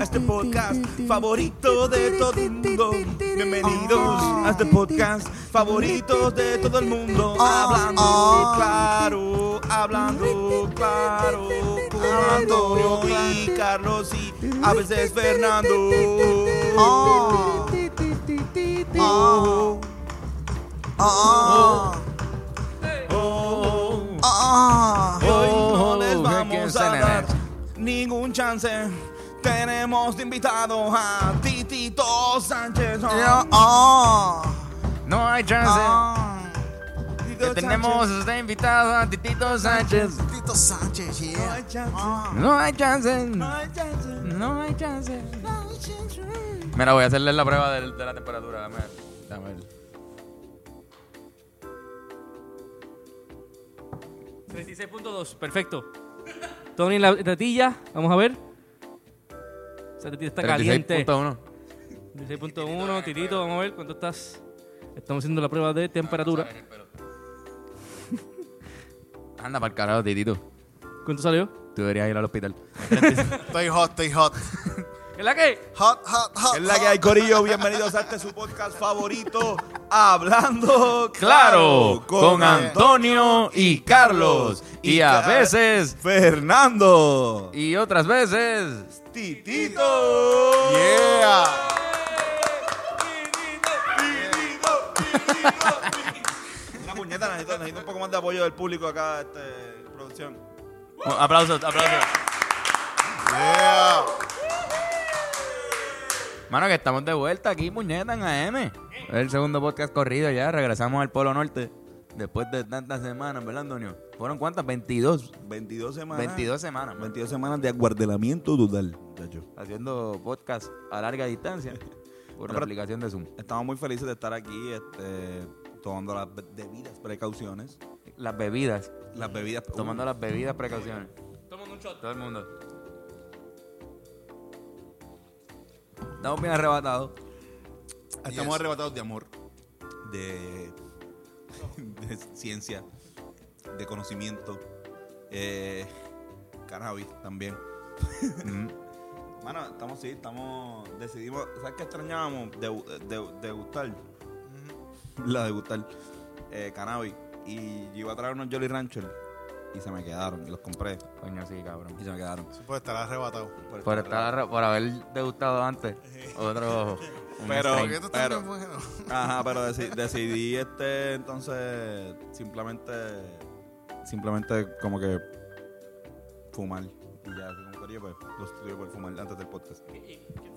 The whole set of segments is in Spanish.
este favorito de todo el mundo. Bienvenidos a este podcast favoritos de todo el mundo. Hablando claro, hablando claro, con Antonio y Carlos y a veces Fernando. Oh. Oh. Oh. Oh, Oh. Hoy no les Oh, vamos qué a dar escena. ningún chance. Tenemos de invitado a Titito Sánchez. Yo- oh. No hay chance. Oh. Titito Tenemos Sánchez. de invitado a Titito Sánchez. Tito Sánchez, No yeah. hay chance. Oh. No hay chance. No hay chance. No hay chance. Mira, voy a hacerle la prueba del- de, la temperatura. Dame, dame el- 36.2, perfecto. Tony, la tetilla, vamos a ver. Esa tetilla está caliente. 36.1. 36.1, Titito, vamos a ver cuánto estás. Estamos haciendo la prueba de temperatura. Anda para el carajo, Titito. ¿Cuánto salió? Tú deberías ir al hospital. Estoy hot, estoy hot. ¿Es la que? Hot, hot, hot. Es la que hay, Corillo. Bienvenidos a este su podcast favorito, Hablando Claro, con Antonio Antonio y Carlos. Y a veces, Fernando. y otras veces. Titito. Yeah. Una puñeta, necesito, necesito un poco más de apoyo del público acá, este, producción. Aplausos, aplausos. Yeah. Mano, que estamos de vuelta aquí, muñeca en AM. Es el segundo podcast corrido ya. Regresamos al Polo Norte después de tantas semanas, ¿verdad, Antonio? ¿Fueron cuántas? 22. 22 semanas. 22 semanas, man. 22 semanas de aguardelamiento total, muchachos. Haciendo podcast a larga distancia No, por la pero- aplicación de Zoom. Estamos muy felices de estar aquí, este, tomando las debidas precauciones. Las bebidas. Las bebidas. Tomando las bebidas, precauciones. Tomando un shot. Todo el mundo. Estamos bien arrebatados. Estamos arrebatados de amor, de, de ciencia, de conocimiento, eh, cannabis también. Mm. Mano, estamos sí, estamos decidimos, ¿sabes qué extrañábamos? De, de- degustar, la degustar eh, cannabis y yo iba a traer unos Jolly Rancher y se me quedaron y los compré este Coño, sí, cabrón. y se me quedaron. Pues estará arrebatado. Por, estar, arre- por haber degustado antes otro. un Pero- strain. Esto está Pero- bien bueno. Ajá, pero deci- decidí este entonces simplemente simplemente como que fumar y ya así como quería pues lo sustituyo por fumar antes del podcast.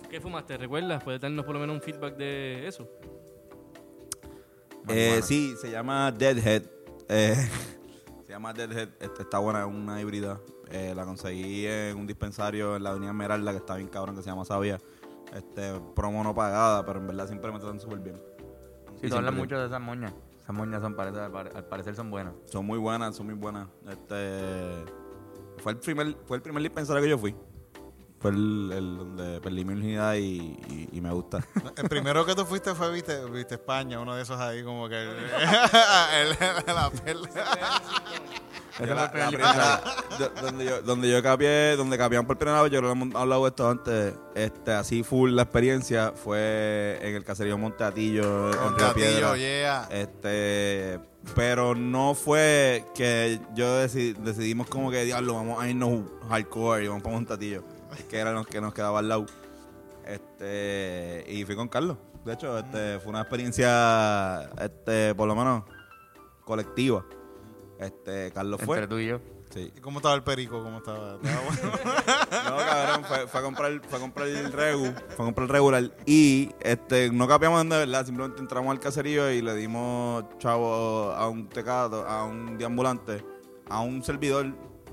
¿Qué fumaste? ¿Recuerdas? Puedes darnos por lo menos un feedback de eso. Eh, Marihuana. sí, se llama Deadhead. Eh, se llama Deadhead, Este, está buena, es una híbrida. Eh, la conseguí en un dispensario en la avenida Esmeralda que está bien cabrón que se llama Sabia. Este, promo no pagada, pero en verdad siempre me tratan súper bien. Sí, Y tú siempre- hablas mucho de esas moñas. Esas moñas son, parece- al pare- al parecer son buenas. Son muy buenas, son muy buenas. Este fue el primer, fue el primer dispensario que yo fui. Fue el, el donde perdí mi virginidad y, y- y me gusta. El primero que tú fuiste fue, viste, viste España, uno de esos ahí como que... El, el- la perla. Yo Ese fue la- el primer la dispensario. primera- do- donde yo, donde yo capié, donde capiamos por primera vez, yo lo hemos hablado de esto antes, este, así full la experiencia, fue en el caserío Montatillo, en Con Río Piedra. Eh. gatillo, yeah. Este, pero no fue que yo deci- decidimos como que diablo, vamos a irnos hardcore y vamos para Montatillo, que era lo que nos quedaba al lado. Este, y fui con Carlos. De hecho, este, fue una experiencia, este, por lo menos, colectiva. Este, Carlos Entre fue. tú y yo. Sí. ¿Y ¿Cómo estaba el perico? ¿Cómo estaba? ¿Estaba bueno? No, cabrón, fue, fue a comprar, fue a comprar el regu, fue a comprar el regular y este, no capiamos de verdad, simplemente entramos al caserío y le dimos chavo a un tecado, a un deambulante, a un servidor,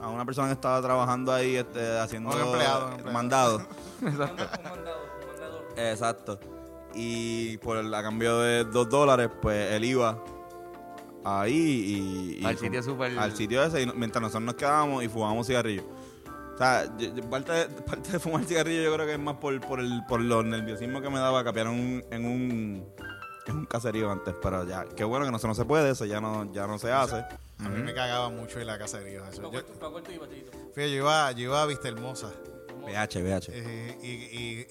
a una persona que estaba trabajando ahí, este, haciendo Un empleado, un empleado. mandado. Un mandado, un mandador. Exacto. Y por el, a cambio de dos dólares, pues él iba ahí y. y- Al sitio súper- Al sitio ese, y no- mientras nosotros nos quedábamos y fumábamos cigarrillos. O sea, yo- yo- parte, de, parte de fumar cigarrillo yo creo que es más por, por, el, por los nerviosismo que me daba capear en un, en un, en un caserío antes. Pero ya, qué bueno que no, se- no se puede, eso ya no, ya no se hace. A mí me cagaba mucho ir a caseríos. Eso. Yo, ¿Para cuál te ibas, Titito? fíjate, yo iba, yo iba a Vista Hermosa. VH, VH. Eh, y, y-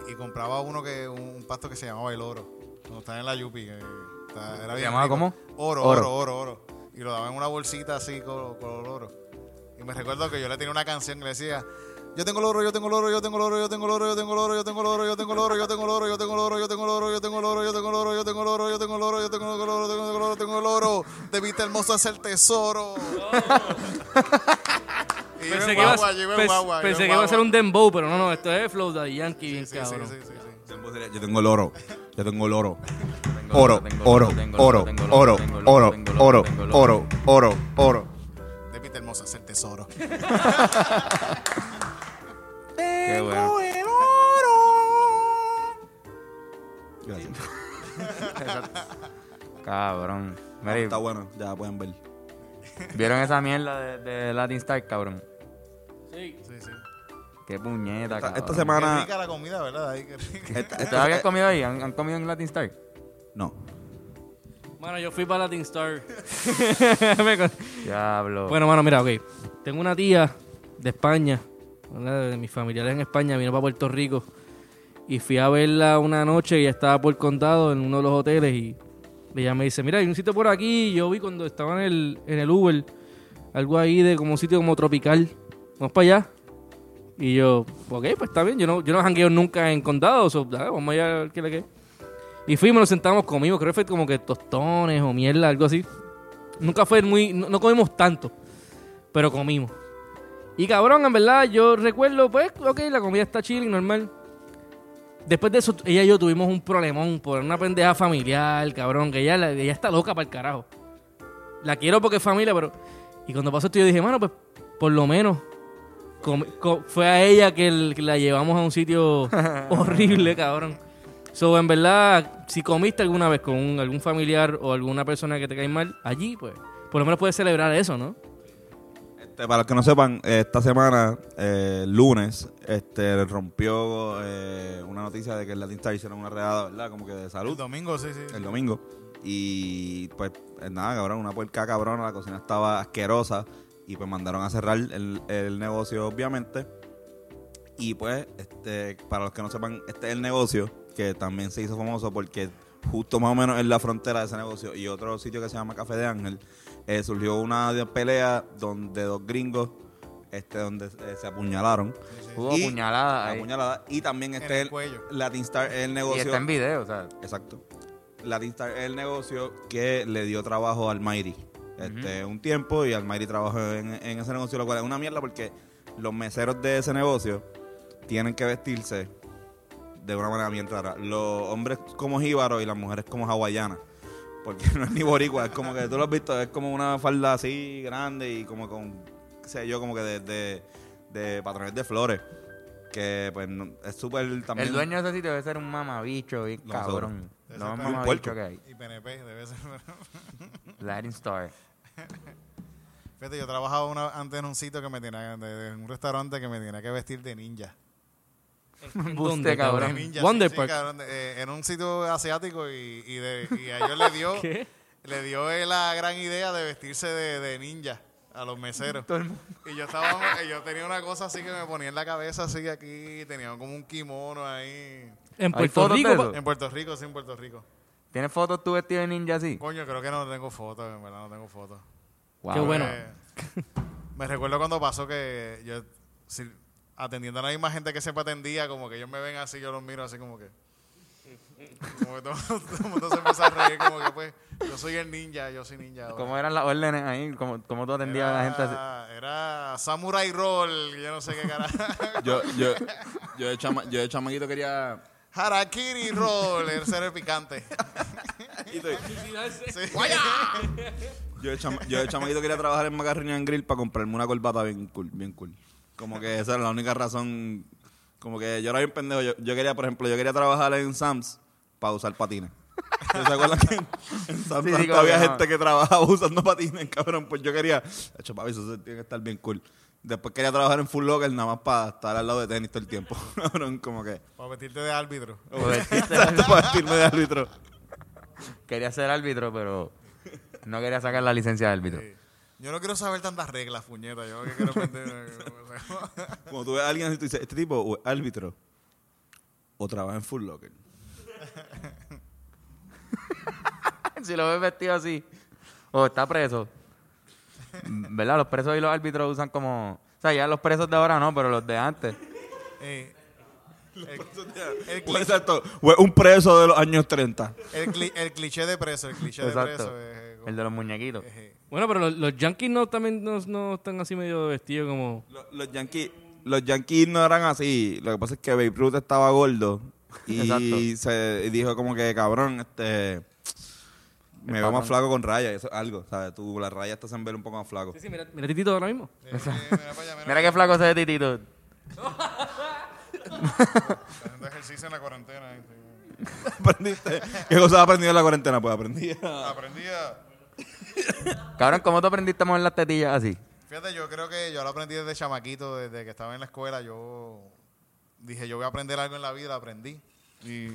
y- y- y compraba uno que un, un pasto que se llamaba el oro. Cuando estaba en la Yupi. que está- era ¿Se bien llamaba rico. cómo? Oro, Oro. oro, oro, oro. Y lo daba en una bolsita así con, con el oro. Y me recuerdo que yo le tenía una canción que le decía. Yo tengo el oro, yo tengo el oro, yo tengo el oro, yo tengo el oro, yo tengo el oro, yo tengo el oro, yo tengo el oro, yo tengo el oro, yo tengo el oro, yo tengo el oro, yo tengo el oro, yo tengo el oro, yo tengo el oro, yo tengo el oro, yo tengo el oro, yo tengo el oro, yo tengo el oro, tengo el oro. Debiste hermoso es el tesoro. Y yo en Pensé que iba a- guagua, yo iba en pens- guagua, yo pensé en que iba a ser guagua. un dembow, pero no, no, esto es Flow Daddy Yankee, bien Sí, sí, cabrón. sí, sí, sí, sí. Yo tengo el oro. Yo tengo el oro. Tengo Oro, tengo oro, tengo oro, tengo oro, tengo oro, tengo oro, tengo oro, oro, oro. De Peter Hermosa es el tesoro. Qué bueno. Gracias. Cabrón. Mira, Está bueno, ya pueden ver. ¿Vieron esa mierda de, de Latin Star, cabrón? Sí. Sí, sí. Qué Qué puñeta, Esta, cabrón. esta semana. rica la comida, ¿verdad? Ay, qué rica. esta- esta- ¿Ustedes habían comido ahí? ¿Han, han comido en Latin Star? no. Mano, yo fui para Latin Star. Me con- Diablo. Bueno, mano, mira, ok. Tengo una tía de España, una de mis familiares en España, vino para Puerto Rico. Y fui a verla una noche y estaba por condado en uno de los hoteles. Y ella me dice: Mira, hay un sitio por aquí. Yo vi cuando estaba en el, en el Uber, algo ahí de como un sitio como tropical. Vamos para allá. Y yo, ok, pues está bien. Yo no, yo no jangueo nunca en condado. so, dale, vamos allá a ver qué le qué. Y fuimos, nos sentamos, comimos. Creo que fue como que tostones o mierda, algo así. Nunca fue muy. No, no comimos tanto, pero comimos. Y cabrón, en verdad, yo recuerdo, pues, ok, la comida está chilling, normal. Después de eso, ella y yo tuvimos un problemón por una pendeja familiar, cabrón, que ella, la- ella está loca para el carajo. La quiero porque es familia, pero. Y cuando pasó esto, yo dije, mano, pues, por lo menos. com- co- fue a ella que, el- que la llevamos a un sitio horrible, cabrón. So, en verdad, si comiste alguna vez con un- algún familiar o alguna persona que te cae mal, allí, pues, por lo menos puedes celebrar eso, ¿no? Este, para los que no sepan, eh, esta semana, eh, lunes, este, rompió eh, una noticia de que el Latin Star hicieron una redada, ¿verdad? Como que de El salud domingo, sí, sí. el domingo. Y pues eh, nada, cabrón, una puerca cabrona, la cocina estaba asquerosa. Y pues mandaron a cerrar el, el negocio, obviamente. Y pues, este, para los que no sepan, este es el negocio que también se hizo famoso porque justo más o menos en la frontera de ese negocio y otro sitio que se llama Café de Ángel, eh, surgió una de- pelea donde dos gringos, este, donde eh, se apuñalaron. Hubo Y- puñalada ahí. Apuñalada. Y también En este el es cuello. el Latin Star, es el Y negocio. está en video, o sea. Exacto. Latin Star es el negocio que le dio trabajo al Mayri. Este, un tiempo y Almighty trabajó en, en ese negocio, lo cual es una mierda porque los meseros de ese negocio tienen que vestirse de una manera bien rara. Los hombres como jíbaros y las mujeres como hawaianas. Porque no es ni boricua, es como que tú lo has visto, es como una falda así grande y como con, qué sé yo, como que de, de, de patrones de flores. Que pues no- es súper también... El dueño de ese sitio debe ser un mamabicho, bien No, cabrón. seguro. No, Debe ser más un mamabicho puerco. que hay. Y PNP, debe ser. Latin Star. Fíjate, yo trabajaba una, antes en un sitio que me tenía, de, de un restaurante que me tenía que vestir de ninja. Buste, De cabrón. ninja. Wonder sí, sí, Park. cabrón, de- eh, era un sitio asiático y, y, de- y a ellos le dio, ¿Qué? le dio eh, la gran idea de vestirse de, de ninja a los meseros. Y yo estaba, eh, yo tenía una cosa así que me ponía en la cabeza así aquí, tenía como un kimono ahí. En ¿Hay Puerto fotos de Rico. eso? pa- En Puerto Rico, sí, en Puerto Rico. ¿Tienes fotos tú vestido de ninja así? Coño, creo que no tengo fotos, en verdad no tengo fotos. Wow. Qué bueno. Eh, me recuerdo cuando pasó que yo, si- atendiendo a la misma gente que siempre atendía, como que ellos me ven así, yo los miro así como que... Como que todo, todo el mundo se empieza a reír, como que pues, yo soy el ninja, yo soy ninja. ahora. ¿Cómo eran las órdenes ahí? ¿Cómo, cómo tú atendías a la gente así? Era- Era Samurai Roll, yo no sé qué carajo. yo, yo, yo, de chama, yo de chamaquito quería. Harakiri Roll, ese era el picante. Sí. Yo de, chama- yo de chamaquito quería trabajar en Macarronia en Grill para comprarme una corbata bien cool, bien cool. Como que esa era la única razón. Como que yo era bien pendejo. Yo, yo quería, por ejemplo, yo quería trabajar en Sam's para usar patines. ¿Se acuerdan que en, en Sam's Sí, sí, como había que no. gente que trabajaba usando patines, cabrón? Pues yo quería. Hecho, papi, eso se- tiene que estar bien cool. Después quería trabajar en Full Locker nada más para estar al lado de tenis todo el tiempo. Cabrón, como que. Para vestirte de árbitro. Tanto para vestirme de árbitro. Quería ser árbitro, pero no quería sacar la licencia de árbitro. Sí. Yo no quiero saber tantas reglas, puñeta. Yo lo que quiero aprender. Cuando tú ves a alguien así, tú dices, este tipo o es árbitro o trabaja en Full Locker. si lo ves vestido así. O está preso. ¿Verdad? Los presos y los árbitros usan como. O sea, ya los presos de ahora no, pero los de antes. Eh, el, Pues, cli- exacto. O es un preso de los años 30. el cli- el cliché de preso, el cliché de Exacto. preso. eh, como- El de los muñequitos. eh, Bueno, pero los, los yankees no, también no, no están así medio vestidos como... Lo- Los, yankees, los yankees no eran así. Lo que pasa es que Babe Ruth estaba gordo. Y Exacto. se y dijo como que, cabrón, este... Me veo más patrón. flaco con rayas, eso es algo. ¿sabes? Tú, las rayas te hacen ver un poco más flaco. Sí, sí, mira, mira Titito ahora mismo. eh, mira para allá, mira. Mira qué flaco se ve Titito. Haciendo ejercicio en la cuarentena. gente. ¿Aprendiste? ¿Qué cosas has aprendido en la cuarentena? Pues aprendí a- Ah. Aprendí a... Cabrón, ¿cómo tú aprendiste a mover las tetillas así? Fíjate, yo creo que yo lo aprendí desde chamaquito, desde que estaba en la escuela. Yo dije, yo voy a aprender algo en la vida, aprendí. Y,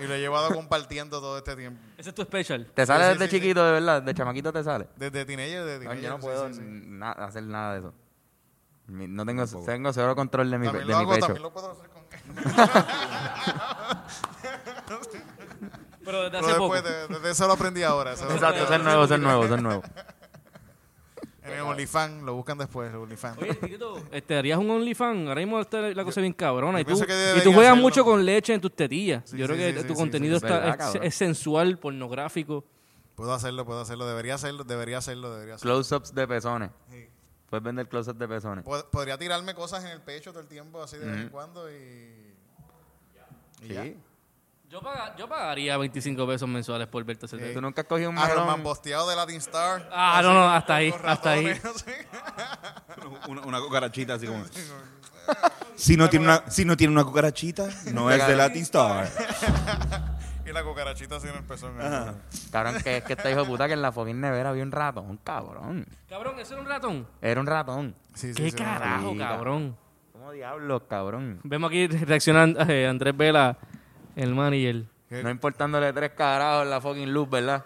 y lo he llevado compartiendo todo este tiempo. Ese es tu special. Te Sí, sale sí, desde sí, sí. chiquito, de verdad. De chamaquito te sale. Desde teenager, desde Cabrón, teenager. yo no sí, puedo sí, sí. na- hacer nada de eso. Mi- No tengo, tengo cero control de mi, pe- También de lo mi hago, pecho. también lo puedo hacer con Pero desde Pero hace poco. después, de- desde eso lo aprendí ahora. eso lo Exacto, aprendí ser nuevo, ser nuevo, ser nuevo. ahora. En el OnlyFans, lo buscan después, el OnlyFans. Oye, Titito, este, ¿harías un OnlyFans? Ahora mismo está la cosa bien cabrona. yo Y tú, pienso que y deberían tú juegas hacerlo. mucho con leche en tus tetillas. Sí, yo sí, creo que sí, tu sí, contenido sí, sí. está, Verdad, es, cabrón. es sensual, pornográfico. Puedo hacerlo, puedo hacerlo, debería hacerlo, debería hacerlo, debería hacerlo. Close-ups de pezones. Puedes vender close-ups de pezones. Pod- podría tirarme cosas en el pecho todo el tiempo, así de vez en cuando y... y ya. Sí. Yo, paga- yo pagaría 25 pesos mensuales por verte hacer Sí. Tú nunca has cogido un melón. Arromambosteado de Latin Star. Ah, no, no, hasta ahí, hasta ahí. una, una cucarachita así como... Si no, tiene una, si no tiene una cucarachita, no es de Latin Star. y la cucarachita así en el pezón. Cabrón, que es que este hijo de puta que en la fucking nevera había un ratón, cabrón. Cabrón, ¿eso era un ratón? Era un ratón. Sí, ¿Qué carajo, Mira. cabrón? ¿Cómo diablos, cabrón? Vemos aquí reaccionando eh, Andrés Vela, el manager. ¿Qué? No importándole tres carajos la fucking luz, ¿verdad?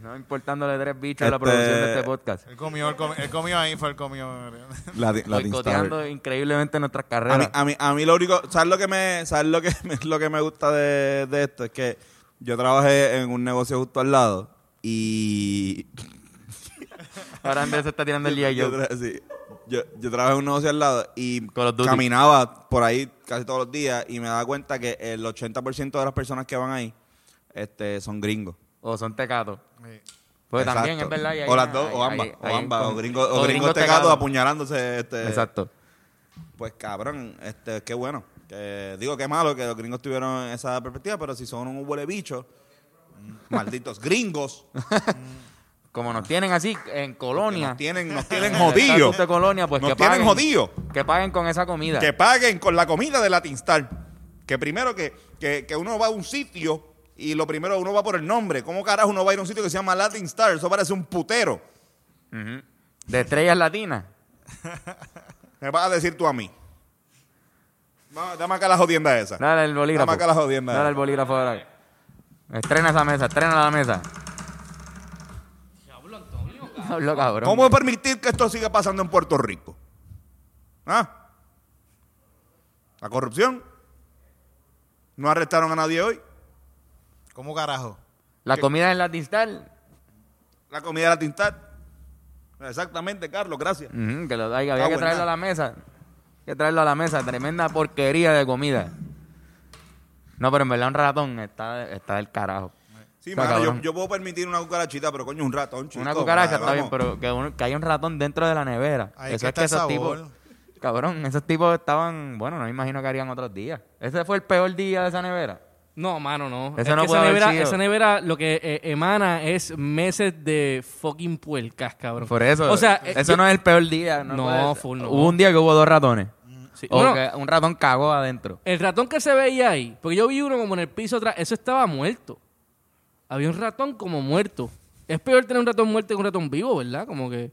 No importándole tres bichos la Este- producción de este podcast. Él comió, él comió, él comió ahí, fue el comió. Lati- Latin Star. Boicoteando increíblemente A nuestras mí, carreras. a mí, a mí lo único, ¿sabes lo que me, sabes lo que, me- lo que me gusta de, de esto? Es que yo trabajé en un negocio justo al lado y Ahora Andrés se está tirando el día yo. yo, tra- sí. yo, yo trabajé en un negocio al lado y Call of Duty. caminaba por ahí casi todos los días y me daba cuenta que el 80% de las personas que van ahí este, son gringos. O son tecatos. Porque Exacto. también es verdad. y hay o las una- dos, o hay- ambas, hay- o hay ambas, con- o gringos, o o gringos gringos tecados tecados. apuñalándose. Este, Exacto. Pues cabrón, este, qué bueno. Que- digo que malo que los gringos tuvieron esa perspectiva, pero si son un huele bicho, mm, malditos gringos, Como nos tienen así en que colonia. nos tienen, nos tienen en el jodidos. estatus de colonia, pues Nos que tienen paguen, jodidos. Que paguen con esa comida. Que paguen con la comida de Latin Star. Que primero que, que, que uno va a un sitio y lo primero uno va por el nombre. ¿Cómo carajo uno va a ir a un sitio que se llama Latin Star? Eso parece un putero. Ujú. De estrellas latinas. Me vas a decir tú a mí. Va, Dame acá la jodienda esa. Dale el bolígrafo. Dame acá la jodienda. Dale el bolígrafo ahora. Estrena esa mesa, estrena la mesa. Diablo, cabrón. ¿Cómo permitir que esto siga pasando en Puerto Rico? ¿Ah? ¿La corrupción? ¿No arrestaron a nadie hoy? ¿Cómo carajo? La comida en la distal. ¿La comida era tintar? Exactamente, Carlos, gracias. Ujú, que lo- ay, había Ah, que buena. traerlo a la mesa. Hay que traerlo a la mesa. Tremenda porquería de comida. No, pero en verdad un ratón está, está del carajo. Sí, Está mano, yo, cabrón. yo puedo permitir una cucarachita, pero coño, un ratón, chico. una cucaracha mano, está bien, vamos. pero que, uno- que haya un ratón dentro de la nevera. Ahí Eso que es está que esos el tipos. sabor. Cabrón, esos tipos estaban. Bueno, no me imagino que harían otros días. Ese fue el peor día de esa nevera. No, mano, no. Eso Es no que puede esa haber nevera, sido. esa nevera lo que eh, emana es meses de fucking puercas, cabrón. Por eso. O sea, eh, eso yo- no es el peor día. No, No, puede- full no. Hubo un día que hubo dos ratones. Sí, O bueno, que un ratón cagó adentro. El ratón que se veía ahí, porque yo vi uno como en el piso atrás, eso estaba muerto. Había un ratón como muerto. Es peor tener un ratón muerto que un ratón vivo, ¿verdad? Como que.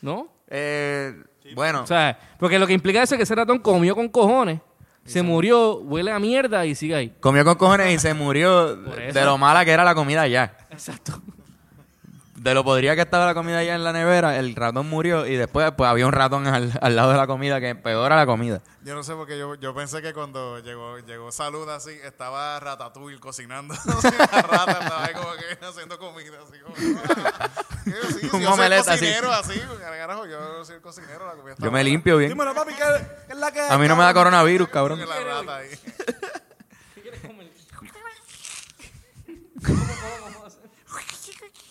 ¿No? Eh, bueno, O sea, porque lo que implica eso es que ese ratón comió con cojones, se murió, huele a mierda y sigue ahí. comió con cojones y se murió Por de eso. lo mala que era la comida ya. Exacto. de lo podría que estaba la comida allá en la nevera, el ratón murió y después pues, había un ratón al, al lado de la comida que empeora la comida. Yo no sé porque yo, yo pensé que cuando llegó llegó salud así estaba Ratatouille cocinando, así, la rata estaba ahí como que haciendo comida así como. Yo, sí, Un yo soy omelette así. cocinero así, carajo, yo soy el cocinero, la comida Yo estaba me buena. limpio bien. Dímelo, papi, ¿qué, qué es la que A mí no me da coronavirus, cabrón. Con la rata ahí.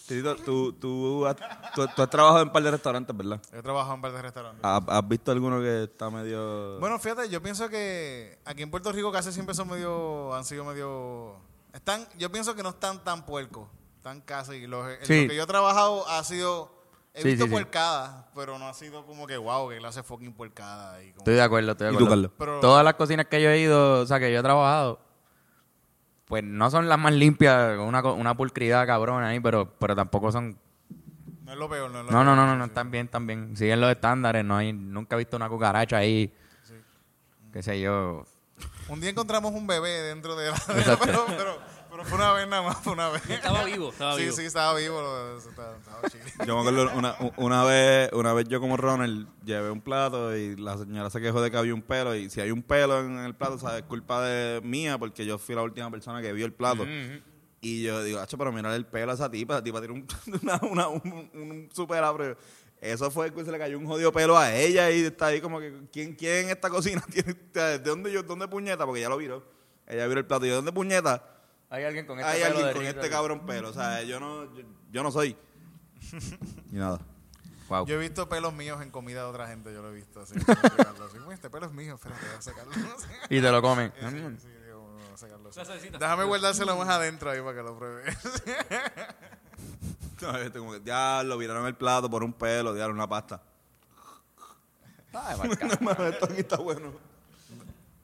Tito, tú, tú, has, tú, tú has trabajado en un par de restaurantes, ¿verdad? Yo trabajo en un par de restaurantes. ¿Has, has visto alguno que está medio...? Bueno, fíjate, yo pienso que aquí en Puerto Rico casi siempre son medio, han sido medio, están, yo pienso que no están tan puercos, están casi, los, en Sí. lo que yo he trabajado ha sido, he Sí, visto sí, sí. puercadas, pero no ha sido como que wow, que clase fucking puercada y como- Estoy de acuerdo, estoy de ¿Y tú, acuerdo. Carlos? Pero- Todas las cocinas que yo he ido, o sea, que yo he trabajado, pues no son las más limpias, una, co- una pulcridad cabrona ahí, pero, pero tampoco son... no es lo peor, no es lo No, peor. no, no, no, no, están bien, están bien. Siguen los estándares, no hay... Nunca he visto una cucaracha ahí, qué sé yo. Un día encontramos un bebé dentro de la, Exacto. pero, pero, pero fue una vez nada más, fue una vez. Estaba vivo, estaba sí, vivo. Sí, estaba vivo, lo- estaba, estaba chile. Yo me acuerdo una, una vez, una vez yo como Ronald llevé un plato y la señora se quejó de que había un pelo y si hay un pelo en el plato, ¿sabes? es culpa de mía porque yo fui la última persona que vio el plato. Y yo digo, hacho, pero mirar el pelo a esa tipa, esa tipa tiene un, una, una- un, un super abro. Eso fue que se le cayó un jodido pelo a ella y está ahí como que, ¿quién, quién en esta cocina tiene? ¿De dónde, yo, dónde puñeta? Porque ella lo viró. Ella viró el plato y yo, ¿dónde puñeta? Hay alguien con hay alguien con este cabrón pelo. O sea, yo no, yo, yo no soy. y nada. Wow. Yo he visto pelos míos en comida de otra gente, yo lo he visto así. como sacarlo así, "Uy, Este pelo es mío, espérate, voy a sacarlo. Y te lo comen. Sí, digo, bueno, vamos a sacarlo así. Déjame guardárselo más adentro ahí para que lo pruebe. No, este como que, diablo, viraron el plato por un pelo, diablo, una pasta. Ay, marca. Hermano, esto aquí está bueno.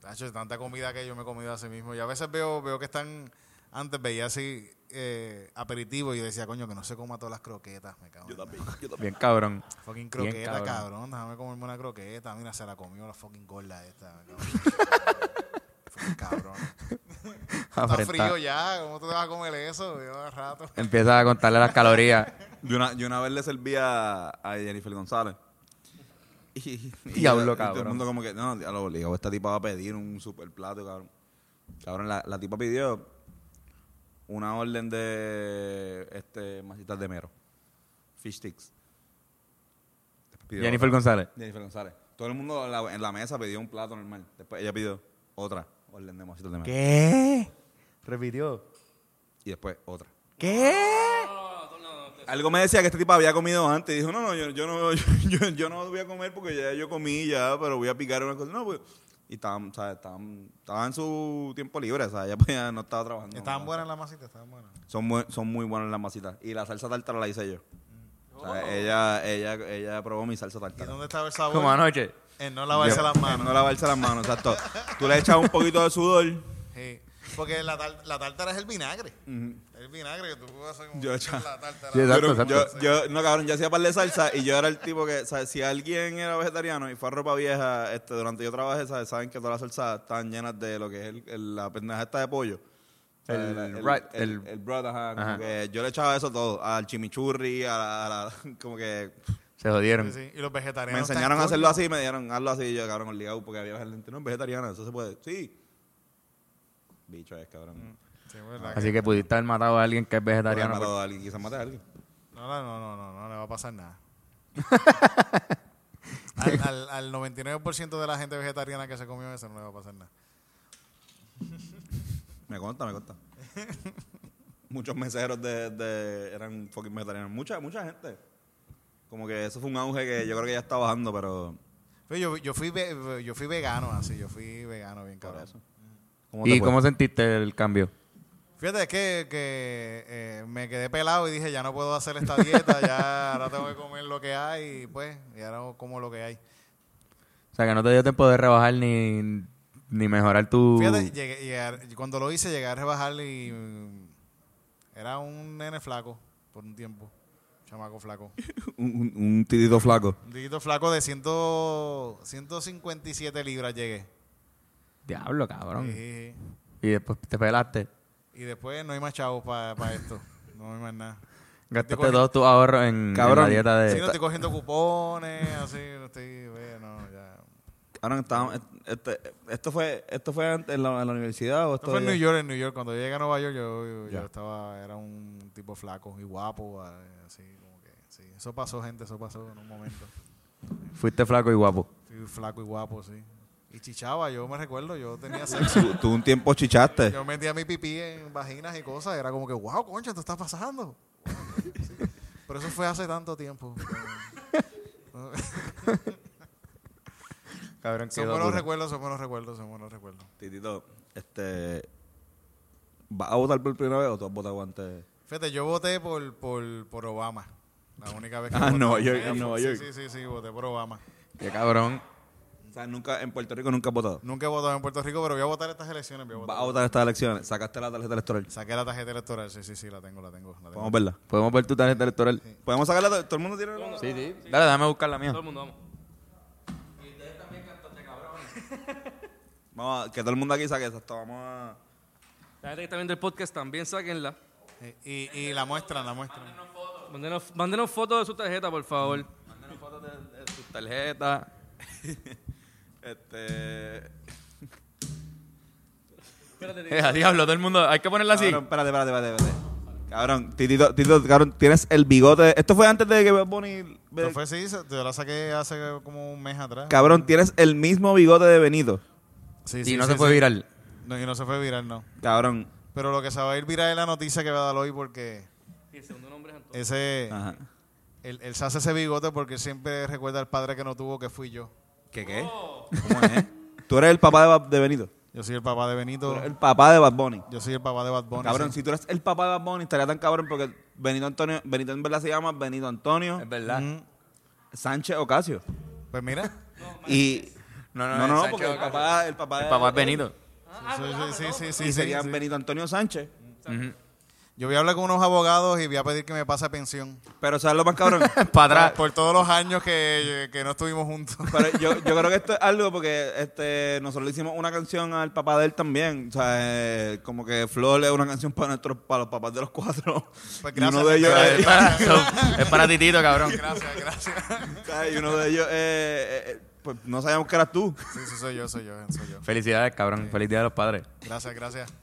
Tacho, es tanta comida que yo me he comido así mismo. Y a veces veo, veo que están. Antes veía así eh, aperitivo y decía, coño, que no se coma todas las croquetas. Me cago. Yo en la también, yo también. Bien cabrón. Fucking Bien, croqueta, cabrón. cabrón. Déjame comerme una croqueta. Mira, se la comió la fucking gorda esta. me cago en la- fucking cabrón. Está Afrenta- frío ya. ¿Cómo tú te vas a comer eso? Lleva rato. Empieza a contarle las calorías. Yo una, yo una vez le serví a, a Jennifer González. Y, y- Diablo, y todo cabrón. el mundo como que, no, diablo, obligado, esta tipa va a pedir un super plato, cabrón. Cabrón, la, la tipa pidió una orden de este masitas de mero. Fish sticks. Después pidió Jennifer otra. González. Jennifer González. Todo el mundo en la, en la mesa pidió un plato normal. Después ella pidió otra orden de masitas de mero. ¿Qué? Repitió. Y después otra. ¿Qué? Algo me decía que este tipo había comido antes. Y dijo, no, no, yo, yo no, yo, yo- yo no voy a comer porque ya yo comí ya, pero voy a picar una cosa. No, pues... Y estaban, ¿sabes? Estaban, estaban en su tiempo libre, o sea, ella pues, ya no estaba trabajando. Estaban buenas las masitas, estaban buenas. Son muy, son muy buenas las masitas. Y la salsa tártara la hice yo. O sea, ella, ella, ella probó mi salsa Oh. ¿Y tártara. dónde estaba el sabor? Como anoche. En no lavarse Yo- las manos. No lavarse las manos, exacto. Tú le echas un poquito de sudor. Sí. Porque la, tar- la tártara es el vinagre. El vinagre que tú haces como Yo que echa- la tártara. Sí, exacto, Pero exacto. Yo, yo- no, cabrón, yo hacía par de salsa y yo era el tipo que, o sea, si alguien era vegetariano y fue a ropa vieja, este, durante yo trabajé, ¿sabes? saben que todas las salsas están llenas de lo que es el- el- la pendeja esta de pollo. O sea, El rat, el, el- el broth, ajá, como Ajá. que yo le echaba eso todo, al chimichurri, a la, a la- como que Se jodieron. Sí, sí. Y los vegetarianos. me enseñaron están a hacerlo coño. así y me dieron, hazlo así, y yo, cabrón, obligado, porque había gente, no, vegetariana, eso se puede, sí. Bicho es, cabrón. Sí, verdad que- Así que pudiste haber matado a alguien que es Puede vegetariano. matar a alguien, quizás mate a alguien. No, no, no, no, no, no le va a pasar nada. al, al, al 99% de la gente vegetariana que se comió eso no le va a pasar nada. Me conta, me conta. Muchos meseros de, de- eran fucking vegetarianos. Mucha, mucha gente. Como que eso fue un auge que yo creo que ya está bajando, pero. Pero yo, yo, fui ve- yo fui vegano así, yo fui vegano bien Por cabrón. eso. ¿Y cómo sentiste el cambio? Fíjate, es que, que, eh, me quedé pelado y dije, ya no puedo hacer esta dieta, ya ahora tengo que comer lo que hay y pues, y ahora como lo que hay. O sea, que no te dio tiempo de rebajar ni, ni mejorar tu... Fíjate, llegué- llegué a- cuando lo hice, llegué a rebajar y mm, era un nene flaco por un tiempo, chamaco flaco. Un, un- un titito flaco. Un titito flaco de 100, 157 libras llegué. Diablo, cabrón. Sí, sí, sí. Y después te pelaste. Y después no hay más chavos para esto. No hay más nada. Gastaste todos tus ahorros en, en Cabrón, la dieta de. Sí, no estoy cogiendo cupones, así, no estoy, bueno, ya. Cabrón, estábamos- este- esto fue, esto fue antes en la, en la universidad o esto No fue en ya- New York, en New York. Cuando yo llegué a Nueva York, yo, yo Ya. estaba, era un tipo flaco y guapo, eh, así, como que, sí. Eso pasó, gente, eso pasó en un momento. Fuiste flaco y guapo. Estoy flaco y guapo, sí. Y chichaba, yo me recuerdo, yo tenía sexo. Tú, tú un tiempo chichaste. Yo metía mi pipí en vaginas y cosas. Era como que, wow, concha, esto está pasando. Sí. Pero eso fue hace tanto tiempo. Cabrón, son buenos recuerdos, son buenos recuerdos, son buenos recuerdos. Titito, este. ¿Vas a votar por primera vez o tú has votado antes? Fíjate, yo voté por, por, por Obama. La única vez que Ah, voté. Nueva York, Sí, en Nueva sí, York. Sí, sí, sí, voté por Obama. Qué cabrón. O sea, nunca, en Puerto Rico nunca has votado. Nunca he votado en Puerto Rico, pero voy a votar estas elecciones. Voy a votar. Vas a votar estas elecciones. Sacaste la tarjeta electoral. Saqué la tarjeta electoral, sí, sí, sí, la tengo, la tengo. La tengo. Podemos verla. ¿Podemos ver tu tarjeta electoral? ¿Podemos sacarla? ¿Todo- ¿Todo el mundo tiene la Sí, sí. Dale, déjame buscar la mía. Todo el mundo, vamos. Vamos a- que todo el mundo aquí saque esa. hasta Vamos a. La gente que está viendo el podcast también sáquenla. Eh, Y, y la muestran, la muestran. Mándenos, mándenos fotos de su tarjeta, por favor. Mándanos fotos de, de tus tarjetas. Este. Eh, a diablo, todo el mundo. Hay que ponerla así. Cabrón, espérate, espérate, espérate. espérate. Cabrón, Titito, Titito, cabrón, tienes el bigote. Esto fue antes de que Bad Bunny. Pero fue sí, se- yo la saqué hace como un mes atrás. Cabrón, tienes el mismo bigote de Benito. Sí, Y sí, no sí, se puede sí. viral. No, y no se fue viral, no. Cabrón. Pero lo que se va a ir viral es la noticia que va a dar hoy porque Y el segundo nombre es Antonio. ese Ah. Ajá. él, él se hace ese bigote porque él siempre recuerda al padre que no tuvo, que fui yo. ¿Qué qué? ¿Cómo es? eh? Tú eres el papá de, Bad- de Benito. Yo soy el papá de Tú Benito. eres el papá de Bad Bunny. Yo soy el papá de Bad Bunny. Cabrón, sí. si tú eres el papá de Bad Bunny, estaría tan cabrón porque Benito Antonio, Benito en verdad se llama Benito Antonio Es verdad. Mm, Sánchez Ocasio. Pues mira. Y No, no, no, es no, Sánchez porque el Ocasio. papá, el papá, El de- papá es Benito. Ah, Sí, sí, sí, sí, sí, y sí, serían sí. Benito Antonio Sánchez. Yo voy a hablar con unos abogados y voy a pedir que me pase pensión. Pero ¿sabes lo más cabrón? Para atrás. Por todos los años que, que no estuvimos juntos. Pero yo, yo creo que esto es algo porque este nosotros le hicimos una canción al papá de él también. O sea, eh, como que Flor es una canción para nuestros para los papás de los cuatro. Pues y uno gracias, de ellos gracias, es- Es para, es para Titito, cabrón. Gracias, gracias. ¿sabes? y uno de ellos eh, eh, eh, pues no sabíamos que eras tú. Sí, sí, soy yo, soy yo, soy yo. Felicidades, cabrón. Feliz día de los padres. Gracias, gracias.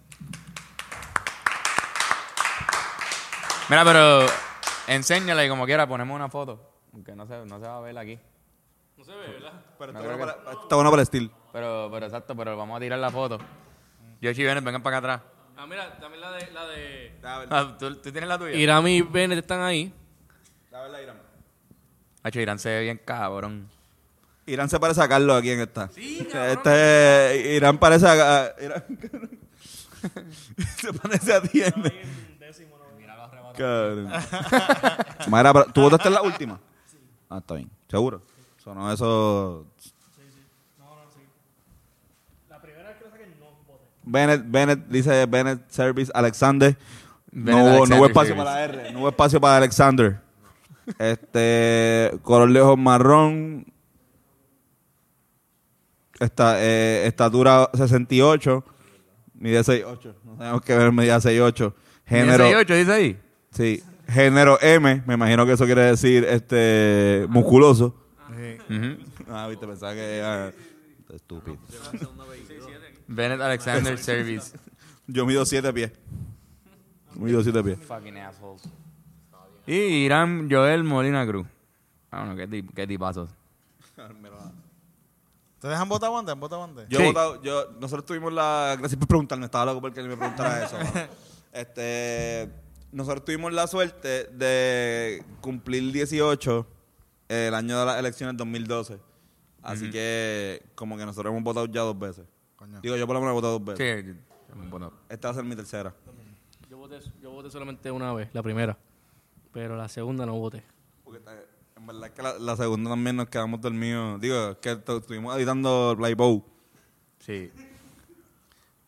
Mira, pero enséñale como quiera, ponemos una foto. Aunque no se, no se va a ver aquí. No se ve, ¿verdad? Pero No está, creo bueno para, está bueno para el estilo. Pero, pero exacto, pero vamos a tirar la foto. Yoshi, ven, vengan para acá atrás. Ah, mira, también la de... La de... Ah, ¿tú, tú tienes la tuya? Irami y Bennett están ahí. Hacho, Irán se ve bien cabrón. Irán se parece a Carlos aquí en esta. este Irán parece a, a- Irán, se parece a ti. en- Cabrón. Mara, pero, ¿tú votaste en la última? Ah, está bien. ¿Seguro? Sonó eso... Bennett, Bennett, dice Bennett Service Alexander. Bennett no, hubo- no hubo Alexander espacio Service. para la R, no hubo espacio para Alexander. Este, color de ojos marrón. Esta, eh, estatura 68. Mide 6'8. No tenemos que ver, medida 6'8. Género. 18, dice ahí. Sí. Género M. Me imagino que eso quiere decir este musculoso. Sí. Ah, viste, pensaba que era estúpido. Bennett Alexander Service. Yo mido 7 pies. Mido 7 pies. Fucking assholes. Y Irán Joel Molina Cruz. Ah, bueno, qué, tip- qué tipazos. ¿Ustedes han votado antes? ¿Han votado antes? Yo Sí. he votado, yo, nosotros tuvimos la. Gracias por preguntarme, estaba loco porque él me preguntara eso. mano. Este, nosotros tuvimos la suerte de cumplir 18 el año de las elecciones 2012. Así que, como que nosotros hemos votado ya dos veces. Coño. Digo, yo por lo menos he votado dos veces. Sí, bueno. Esta va a ser mi tercera. Yo voté, yo voté solamente una vez, la primera. Pero la segunda no voté. Porque eh, en verdad que la, la segunda también nos quedamos dormidos. Digo, es que to- estuvimos editando Playbow. Sí.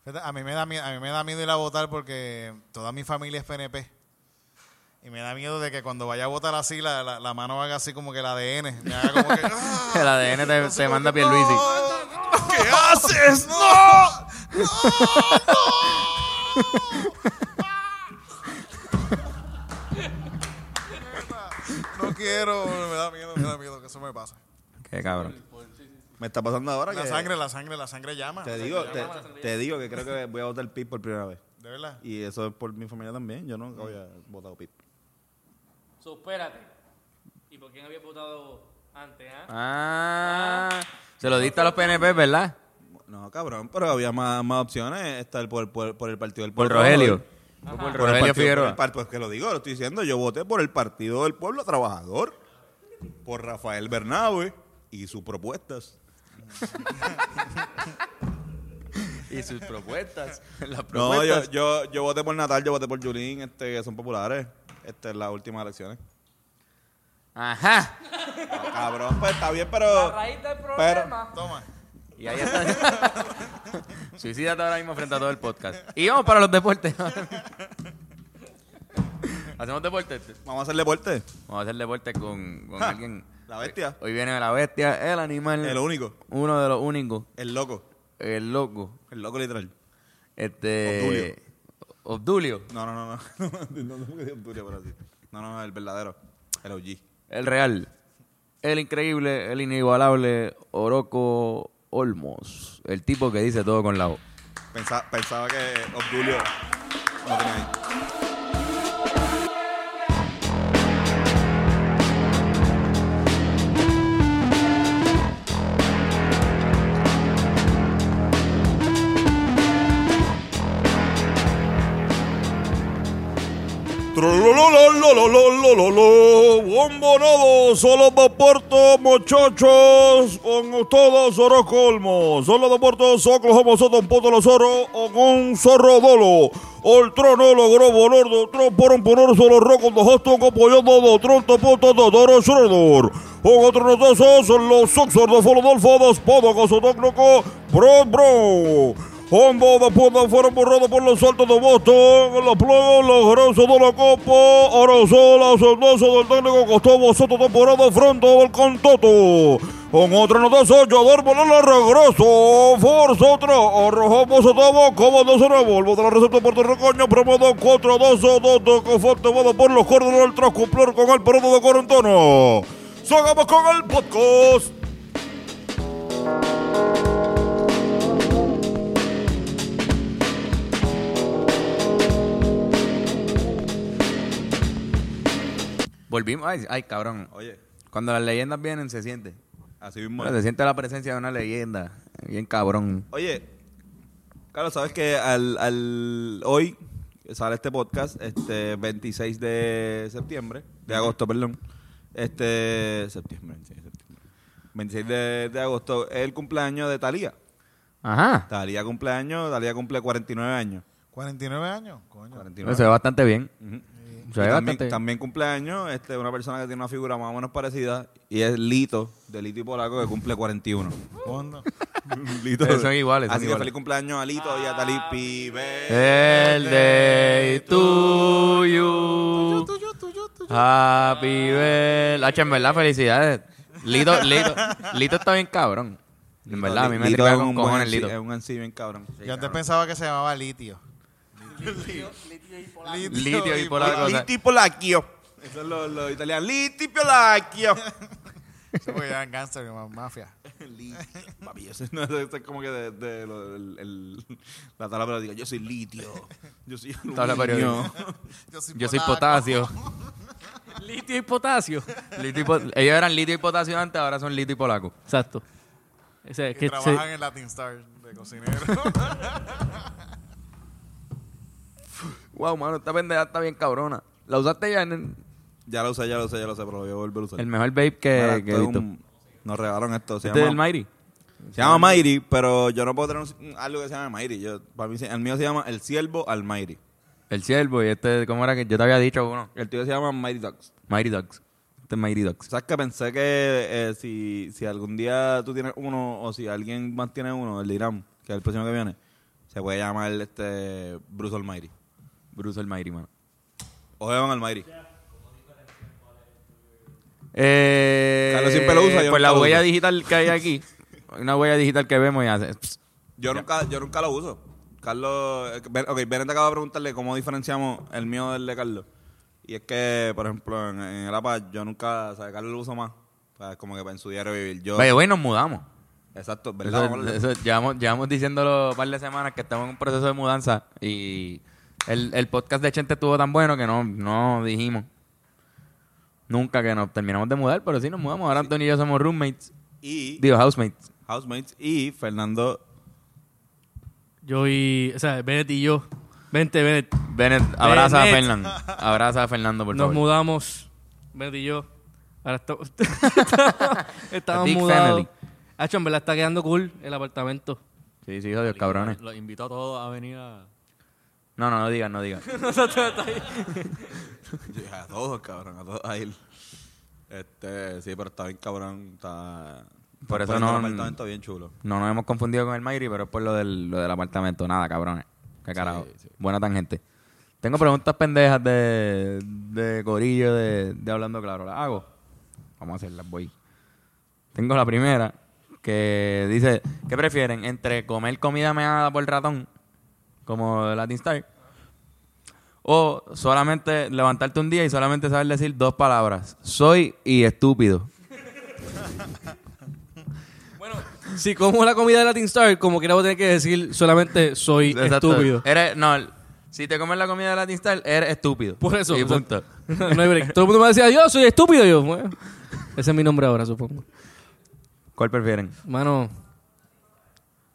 Fíjate, A mí, me da miedo, a mí me da miedo ir a votar porque toda mi familia es PNP. Y me da miedo de que cuando vaya a votar así, la, la, la mano haga así como que el ADN. Me haga como que, ¡ah! El ADN te, te manda Pierluisi. ¿Qué haces? ¡No! quiero. Me da miedo, me da miedo que eso me pase. Qué cabrón. Me está pasando ahora La que- sangre, la sangre, la sangre llama. Te digo, te, te digo que creo que voy a votar PIP por primera vez. De verdad. Y eso es por mi familia también. Yo nunca había votado PIP. Supérate. ¿Y por quién había votado antes, ah? Ah, se lo diste a los PNP, ¿verdad? No, cabrón, pero había más, más opciones. Estar por, por, por el partido del Por pueblo. Rogelio. Ajá. Por Por el Rogelio partido- por Figueroa. el par- pues que lo digo, lo estoy diciendo. Yo voté por el Partido del Pueblo Trabajador. Por Rafael Bernabe y sus propuestas. Y sus propuestas. Las No, yo, propuestas. yo, yo voté por Natal, yo voté por Julín, este, que son populares. Este, en las últimas elecciones. Ajá. Ah, cabrón, pues está bien, pero. raíz del problema. Toma. Y ahí está. Suicídate ahora mismo frente a todo el podcast. Y vamos para los deportes. ¿Hacemos deporte? Vamos a hacer deporte. Vamos a hacer deporte con, con Ja, alguien. la bestia. Hoy viene la bestia, el animal. El único. Uno de los únicos. El loco. El loco. El loco literal. Este. Obdulio. No, no, no, no. no, no, porque es Obdulio, pero sí. No, no, el verdadero. El OG. El real. El increíble, el inigualable Oroco Olmos. El tipo que dice todo con la O. Pensa- pensaba que Obdulio no tenía ahí. Trololololololololo, bombonodo, solo dos puertos, muchachos, con todos Orocolmo, solo dos puertos, soclos, homo, soton, poto, los zorro, con zorro dolo, el trono, logró bonordo, tron, poron, ponor, solo rocos, dos hostos, copoyo, dodo, tronto, poto, dodoro, sordor, con otro notoso, son los soxor, dos folodolfo, dos podocos, otocnoco, bro, bro. Hondo de puta fueron borrados por los saltos de Boston, los plomos, los grosos de la copa, Orozola, soldoso del técnico Costobo, Soto temporada, fronto del Contoto. Con otro notazo, Yador Bolón regreso, Forza otro, Rojo Sotobo, como dos en volvo de la recepta puertorriqueña, promodo 4 2 2 2 conforte vado por los cordones tras cumplir con el periodo de Corentono. Sacamos con el podcast. Volvimos. Ay, ay, cabrón. Oye, Cuando las leyendas vienen, se siente. así mismo. Bueno, se siente la presencia de una leyenda. Bien cabrón. Oye, claro, sabes que al, al- hoy sale este podcast, este 26 de septiembre, de agosto, perdón. Este septiembre, 26 de septiembre. 26 de, de agosto es el cumpleaños de Talía. Ajá. Talía cumpleaños, Talía cumple 49 años. 49 años, coño. 49. Se ve bastante bien. Ujú. Se Y ve también, bastante también cumpleaños este, una persona que tiene una figura más o menos parecida y es Lito, de Lito y Polaco, que cumple 41. Coño. Lito. Eh, Así son iguales, son que iguales. Eh, feliz cumpleaños a Lito y a Talí Pibe. El day to you. Happy birthday. Hacho, en verdad, felicidades. Lito, Lito, Lito está bien cabrón. En verdad, a mí me Lito tripea es con un buen cojones MC, Lito. Es un MC bien cabrón. Yo antes pensaba que se llamaba litio. Litio, Litio y polaco. polaco. cosa. Liti Polacchio. Eso es lo, lo italiano. Liti Polacchio. Sí, porque eran gangster, ma- mafia. Papi, yo soy, no, eso es como que de, de lo- el- el- la tabla periódica. Yo soy litio. Yo soy Tabla aluminio. Yo soy potasio. Litio y potasio. Lito y po- Ellos eran litio y potasio antes, ahora son lito y polaco. Exacto. O sea, Que que trabajan se- en Latin Star de cocinero. Wow, mano, esta pendeja está bien cabrona. La usaste ya en el, Ya lo sé, ya lo sé, ya lo sé, pero lo voy a volver a usar. el mejor vape que, Ahora, que he esto es visto. un- nos regalaron esto. Se Este es el llama, Mighty. se llama Mighty, pero yo no puedo tener un- algo que se llame Mighty. Yo, para mí, se- el mío se llama El Siervo al Mighty. El ciervo y este, ¿cómo era que yo te había dicho uno? El tío se llama Mighty Ducks. Mighty Ducks. Este es Mighty Ducks. ¿Sabes que pensé que eh, si, si algún día tú tienes uno o si alguien más tiene uno, el de Irán, que es el próximo que viene, se puede llamar este Bruce Almighty Bruce el Mighty, mano. o Evan Almighty. Eh, Carlos siempre lo usa, yo Pues nunca la lo huella uso. digital que hay aquí. hay Una huella digital que vemos y hace. pss, Yo nunca yo nunca lo uso. Carlos, eh, Ben- ok, Beren te acaba de preguntarle cómo diferenciamos el mío del de Carlos. Y es que, por ejemplo, en, en el APA yo nunca, o sea, Carlos lo uso más. O sea, como que para en su diario vivir. Yo, Vaya, güey, nos mudamos. exacto, ¿verdad? Eso, Vamos a hablar. eso- llevamos, llevamos diciéndolo un par de semanas que estamos en un proceso de mudanza y el, el podcast de Chente estuvo tan bueno que no, no dijimos nunca que nos terminamos de mudar, pero sí nos mudamos. Ahora Antonio y yo somos roommates, y digo housemates. Housemates y Fernando. Yo y. O sea, Bennett y yo. Vente, Bennett. Bennett, abraza Bennett. a Fernando. Abraza a Fernando, por Nos favor. mudamos, Bennett y yo. Ahora estamos. estamos big mudados. family. Hacho, en verdad está quedando cool el apartamento. Sí, sí, hijo de los cabrones. Los invito a todos a venir a. No, no, no digas, no digas. A todos, cabrón, a todos a él. Este, sí, pero está bien cabrón. Está. Por eso poniendo no- El apartamento bien chulo. No nos hemos confundido con el Mayri, pero es por lo del, lo del apartamento. Nada, cabrones. Qué carajo. Buena tangente. Tengo preguntas pendejas de, de gorillo de, de Hablando Claro. ¿Las hago? Vamos a hacerlas, voy. Tengo la primera que dice, ¿qué prefieren? ¿Entre comer comida meada por ratón, como Latin Star, o solamente levantarte un día y solamente saber decir dos palabras? Soy y estúpido. Si como la comida de Latin Star, como quiera voy a tener que decir solamente soy Exacto. estúpido. Eres, no, el- si te comes la comida de Latin Style, eres estúpido. Por eso. Y o sea, punto. no hay break. Todo el mundo me decía, yo soy estúpido. Yo, bueno, ese es mi nombre ahora, supongo. ¿Cuál prefieren? Mano,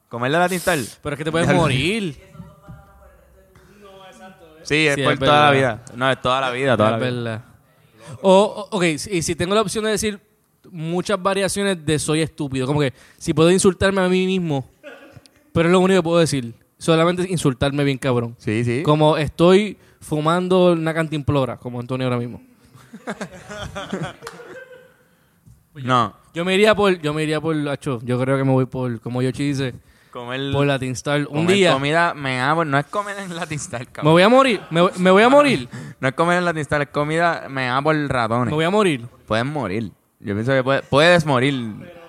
¿Comer la Latin Style? pero es que te puedes Ya lo- morir. Sí, es Sí, por es toda la verdad. vida. No, es toda la vida, toda la Es vida. verdad. O, o- ok, y si, tengo la opción de decir muchas variaciones de soy estúpido, como que si puedo insultarme a mí mismo, pero es lo único que puedo decir, solamente insultarme bien cabrón. Sí, sí. Como estoy fumando una cantimplora, como Antonio ahora mismo. No. Yo me iría por, yo me iría por, acho, yo creo que me voy por, como Yoshi dice, Comer, por Latin Star. Un comer día, comida me hago, no es comer en Latin Style, me cabrón. voy a morir, me, me voy a morir, No es comer en Latin Style, es comida me hago por me ratones. voy a morir. Puedes morir. Yo pienso que puede- puedes morir.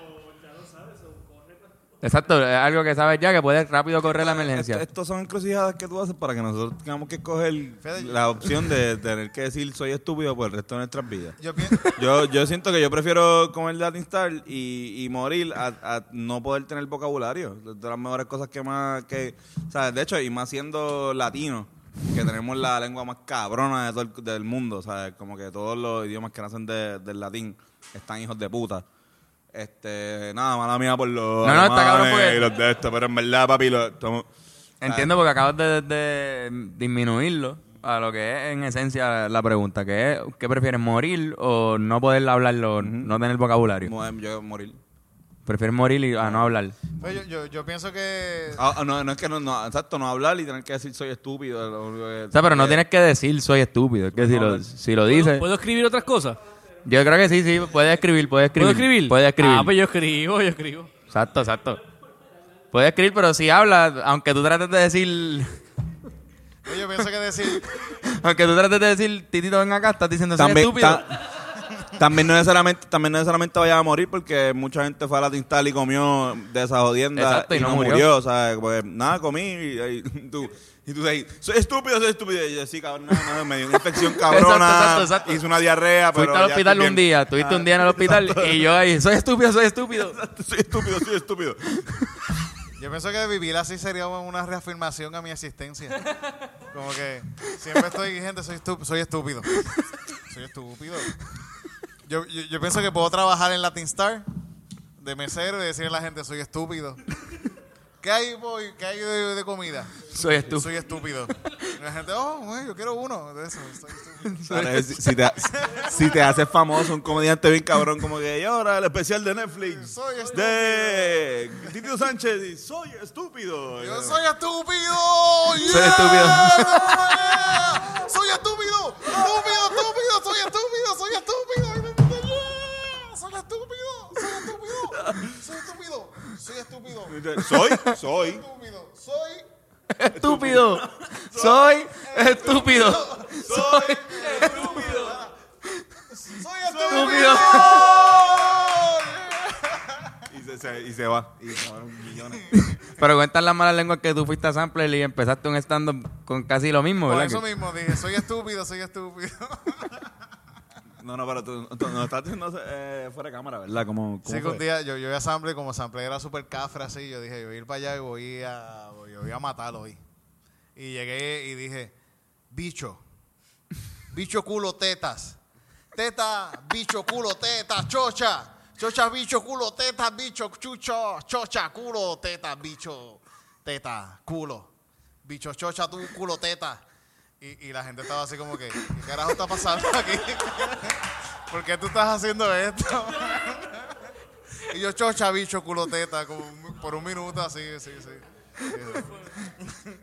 Exacto, es algo que sabes ya que puedes rápido correr la emergencia. Este, Estos son encrucijadas que tú haces para que nosotros tengamos que escoger la opción de tener que decir soy estúpido por el resto de nuestras vidas. Yo pienso. Yo, yo siento que yo prefiero comer Latin Star y, y morir a, a no poder tener vocabulario. De las mejores cosas que más que... O sea, de hecho, y más siendo latino, que tenemos la lengua más cabrona de todo el- del mundo. O sea, como que todos los idiomas que nacen de- del latín están hijos de puta. Este, nada, mala mía por los No, no, está cabrón alemanes pues. porque- y los de esto, pero en verdad, papi, lo, estamos- Entiendo porque acabas de, de disminuirlo a lo que es en esencia la pregunta, que es ¿qué prefieres morir o no poder hablarlo, no tener vocabulario? mo- Ah. yo morir. Prefieres morir y, a no hablar. Pues yo, yo, yo pienso que. Ah, ah, no, no es que no, no, exacto, no hablar y tener que decir soy estúpido. lo único que- O sea, pero no tienes que decir soy estúpido, es que si pues, lo, si lo dices, ¿Puedo escribir otras cosas? yo creo que sí, sí, puedes escribir, puedes escribir. ¿Puedo escribir? Puedes escribir. Ah, pues yo escribo, yo escribo. Exacto, exacto. Puedes escribir, pero si hablas, aunque tú trates de decir, Pues yo pienso que decir. aunque tú trates de decir, titito ven acá, estás diciendo soy también, estúpido. ta- también no necesariamente también no necesariamente vaya a morir porque mucha gente fue a la tintal y comió de esa jodienda Exacto, y, no murió. o sea porque nada comí y, y tú y tú dices soy estúpido soy estúpido y yo sí cabrón no, no, me dio una infección cabrona Exacto, exacto, exacto. hice una diarrea pero Fuiste al ya hospital estoy un bien. Ah, día, tuviste un día en el hospital y yo ahí, soy estúpido, soy estúpido. soy estúpido soy estúpido Yo pienso que vivir así sería una reafirmación a mi existencia. Como que siempre estoy gente, soy, estu- soy estúpido. Soy estúpido. Yo, yo, yo pienso que puedo trabajar en Latin Star de mesero y decirle a la gente, soy estúpido. ¿Qué hay, boy? ¿Qué hay de, de comida? Soy estúpido. Soy estúpido. Y la gente, oh, güey, yo quiero uno de esos. Soy estúpido. Ahora, si, si te, si te haces famoso un comediante bien cabrón como que y ahora el especial de Netflix Soy estúpido. de Tito Sánchez y soy estúpido Yo soy estúpido. Soy estúpido. Yeah. Soy estúpido. Estúpido, estúpido. Soy estúpido, soy estúpido. Yeah. Soy estúpido. Soy estúpido. Soy estúpido. Soy estúpido. soy soy Estúpido. Soy estúpido. Soy estúpido. soy soy Estúpido. estúpido. Y se, se- y se va. Y se van millones. Pero cuentan las malas lenguas que tú fuiste a Sampler y empezaste un stand-up con casi lo mismo, Por ¿verdad? eso Que- mismo dije, soy estúpido, soy estúpido. No, no, pero tú, tú nos estás diciendo eh, fuera de cámara, ¿verdad? Como, Sí, que un día yo, yo iba a Sample y como Sample era súper cafre así, yo dije, yo voy a ir para allá y voy a, yo voy a matarlo hoy. Y llegué y dije, bicho, bicho culo tetas, teta, bicho culo tetas, chocha, chocha, bicho culo tetas, bicho chucho, chocha, culo tetas, bicho teta, culo, bicho chocha, tú culo teta. Y, y la gente estaba así como que, ¿qué carajo está pasando aquí? ¿Por qué tú estás haciendo esto? Y yo chocha, bicho, culoteta, como un- por un minuto así, sí, sí.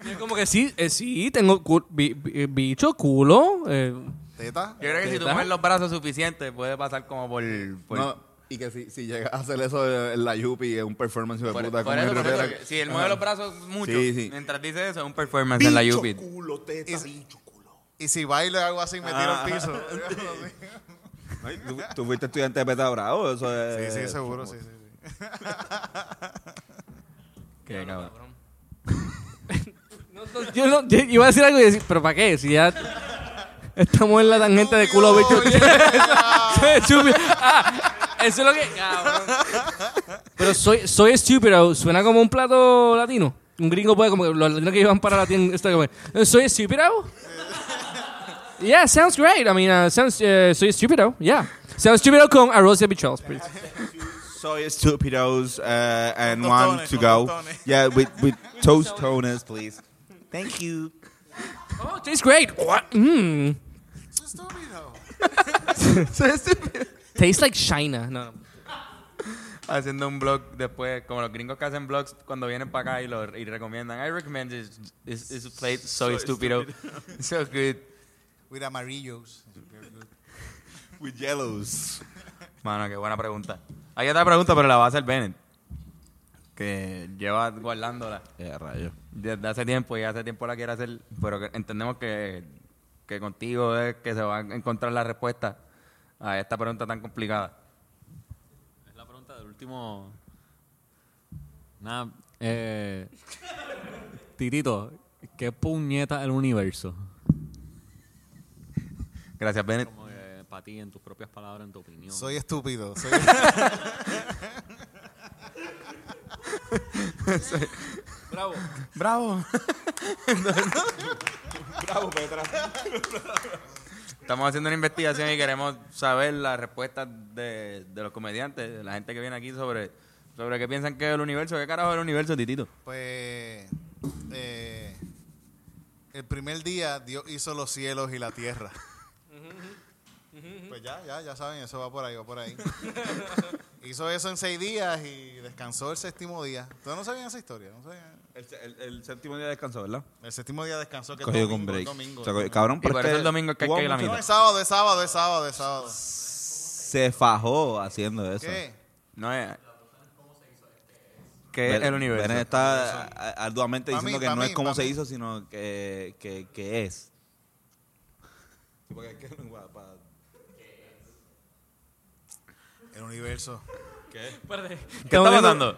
Es como que sí, eh, sí, tengo cul- bi- bi- eh, bicho, culo. eh, ¿Teta? Yo creo que si tú mueves los brazos suficientes, puede pasar como por. Pues- por- No, y que si, si llegas a hacer eso en la Yupi, es un performance de por- puta por con eso, el por eso, rapero. que si él mueve los brazos mucho, Sí, sí. mientras dice eso, es un performance en la Yupi. Y, si- y si bailo algo así, me tiro al piso. Ay, ¿Tú, tú fuiste estudiante de Peta Bravo, eso Sí, es. sí, seguro, sí, sí. sí. Qué cabrón. no, no, yo, no- yo iba a decir algo y decir, pero ¿para qué? Si ya estamos en la tangente de culo, bicho. Estúpido, yeah. Estúpido. Ah, eso es lo que. Cabrón. Pero soy, soy estúpido. Suena como un plato latino. Un gringo puede, como que los latinos que llevan para latín. Esto como, eh, soy estúpido. Yeah, sounds great. I mean, uh, sounds, eh, soy estúpido. Yeah. Sounds estúpido con arroz y habichuelas, please. Soy estúpidos uh, and Con one tostones, to con go. tostones. Yeah, with, with toast toners, please. Thank you. Oh, tastes great. What? Mm. Es estúpido. Tastes like China. No, no. haciendo un blog después, como los gringos que hacen blogs cuando vienen para acá y, lo, y recomiendan. I recommend this, this, this place so, stupido. so good. With amarillos. With yellows. Mano, qué buena pregunta. Hay otra pregunta, pero la va a hacer Bennett. Que lleva guardándola Yeah, rayo. desde hace tiempo y hace tiempo la quiere hacer, pero que entendemos que, que contigo es que se va a encontrar la respuesta a esta pregunta tan complicada. Es la pregunta del último. Nada. Eh, titito, ¿qué puñeta el universo? Gracias, Bennett. Como que para ti, en tus propias palabras, en tu opinión. Soy estúpido. Soy Bravo. Bravo, Petra. Estamos haciendo una investigación y queremos saber las respuestas de, de los comediantes, de la gente que viene aquí sobre, sobre qué piensan que es el universo. ¿Qué carajo es el universo, Titito? Pues eh, el primer día Dios hizo los cielos y la tierra. Pues ya, ya, ya saben, eso va por ahí, va por ahí. hizo eso en seis días y descansó el séptimo día. Ustedes no sabían esa historia, no sabían. El, el, el séptimo día descansó, ¿verdad? El séptimo día descansó que Cogió el con domingo, break. el domingo. O sea, cabrón, Y por es eso el domingo es que hay hubo que ir a la mucho- No, mitad. es sábado, es sábado, es sábado, es sábado. Se fajó haciendo eso. ¿Qué? No es. ¿Qué es Ben- el universo? Ben está a- arduamente Pa' diciendo mí, que pa' no mí, es cómo pa' se mí. hizo, sino que, que, que es. Sí, porque es que- pa- pa- El universo. ¿Qué Estamos está viendo- pasando?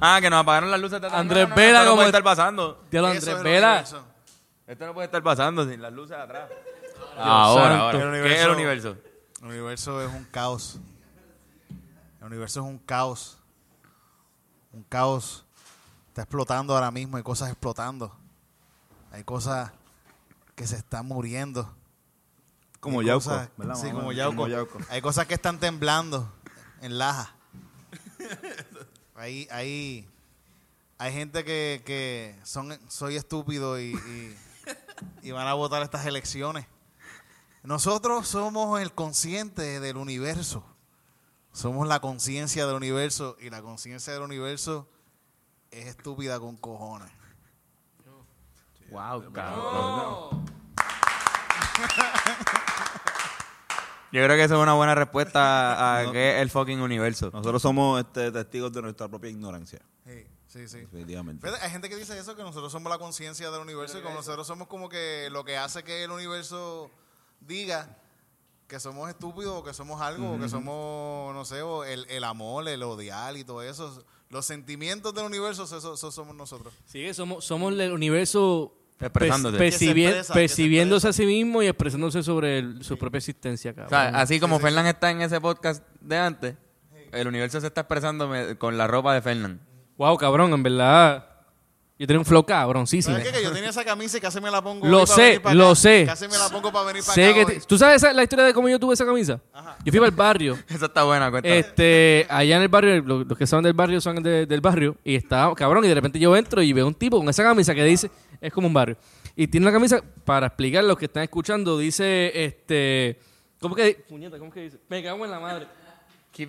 Ah, que nos apagaron las luces. atrás. Andrés No, no, no, Vela esto no como- puede estar pasando. Diablo, Eso es Andrés el Vela. universo. Esto no puede estar pasando sin las luces atrás. santo. Ahora, ahora. El universo- ¿Qué es el universo? El universo es un caos. El universo es un caos. Un caos. Está explotando ahora mismo. Hay cosas explotando. Hay cosas que se están muriendo. Como Hay Yauco. cosas- ¿verdad, sí, mamá? como Yauco. Yauco. Hay cosas que están temblando en Laja. Hay, hay, hay gente que, que son, soy estúpido y, y- y van a votar estas elecciones. Nosotros somos el consciente del universo. Somos la conciencia del universo y la conciencia del universo es estúpida con cojones. Wow, cabrón. Yo creo que eso es una buena respuesta a No. qué es el fucking universo. Nosotros somos este, testigos de nuestra propia ignorancia, Sí, sí, sí. definitivamente. Fíjate, hay gente que dice eso, que nosotros somos la conciencia del universo y como nosotros somos como que lo que hace que el universo diga, que somos estúpidos o que somos algo o que somos, no sé, o el, el amor, el odiar y todo eso. Los sentimientos del universo, eso, eso- eso somos nosotros. Sí, somos, somos el universo Expresándote. perci- Que se percibi- expresa, que se percibiéndose a sí mismo y expresándose sobre el- su propia existencia, O cabrón. sea, ah. así como Fernan está en ese podcast de antes, el universo se está expresando me- con la ropa de Fernan. Wow, cabrón, en verdad. Yo tenía un flow cabroncísimo. ¿Sabes qué? Que yo tenía esa camisa y casi me la pongo. Lo hoy pa' sé, venir pa' lo acá. sé. Casi me la pongo para venir para Sé acá. que hoy. te- ¿Tú sabes esa- la historia de cómo yo tuve esa camisa? Yo fui para el barrio. Esa está buena, cuenta. Este, allá en el barrio, lo- los, que son del barrio son de- del barrio. Y estaba, cabrón, y de repente yo entro y veo un tipo con esa camisa que dice, es como un barrio. Y tiene una camisa, para explicar a los que están escuchando, dice, este, ¿cómo que, di- puñeta, cómo que dice? Me cago en la madre.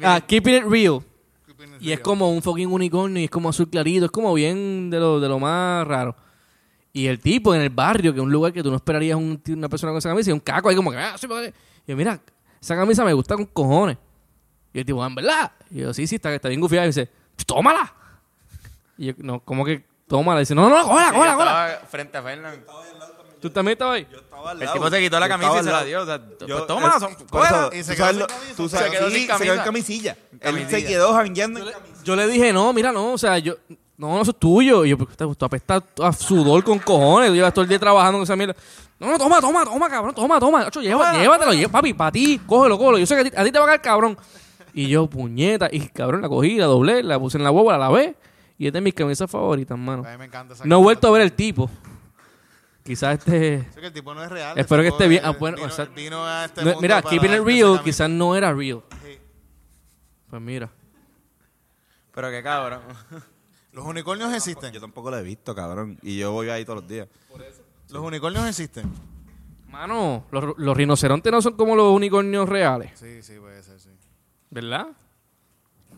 ah, Keeping It Real. Y es como un fucking unicornio y es como azul clarito, es como bien de lo, de lo más raro. Y el tipo en el barrio, que es un lugar que tú no esperarías un tío- una persona con esa camisa, y un caco ahí como que, ah, sí, padre". Y yo, mira, esa camisa me gusta con cojones. Y el tipo, "Ah, ¿en verdad? Y yo, sí, sí, está, está bien gufiada. Y dice, tómala. Y yo, no, ¿cómo que tómala? Y dice, no, no, no, cógela, Sí, yo cógela, cógela". estaba frente a Fernan. Tú también estabas ahí. Yo estaba al El lado. tipo se quitó la Yo camisa y estaba se la al dio. O sea, pues Yo- toma, es- son- por cógela. eso, Y se tú quedó sabes sin lo- camisa. tú Se sabes- quedó sí, sin Se quedó camisa. en camisilla. Él Camisilla. se quedó jangueando en camisa. Yo le dije, no, mira, no, o sea, yo, no, no, eso es tuyo. Y yo, pues, tú apestas a sudor con cojones. Llevas todo el día trabajando con esa mierda. No, no, toma, toma, toma, cabrón, toma, toma. Ocho, lleva- llévatelo, lle- papi, para ti, cógelo, cógelo. Yo sé que a ti, a ti te va a caer, cabrón. Y yo, puñeta, y cabrón, la cogí, la doblé, la puse en la hueva, la lavé. Y esta es de mis camisas favoritas, mano. A mí me encanta esa No he camisa. vuelto a ver el tipo. Quizás este. Sé que el tipo no es real. Espero el que tipo esté bien. es- Ah, bueno, vino, o sea, vino a este no- mundo mira, para keeping it darte real, esa camisa. quizás no era real. Sí. Pues mira. Pero qué cabrón. Los unicornios existen. Yo tampoco la he visto, cabrón. Y yo voy ahí todos los días. Los unicornios existen. Mano, los, los rinocerontes no son como los unicornios reales, Sí, sí, puede ser, sí. ¿verdad?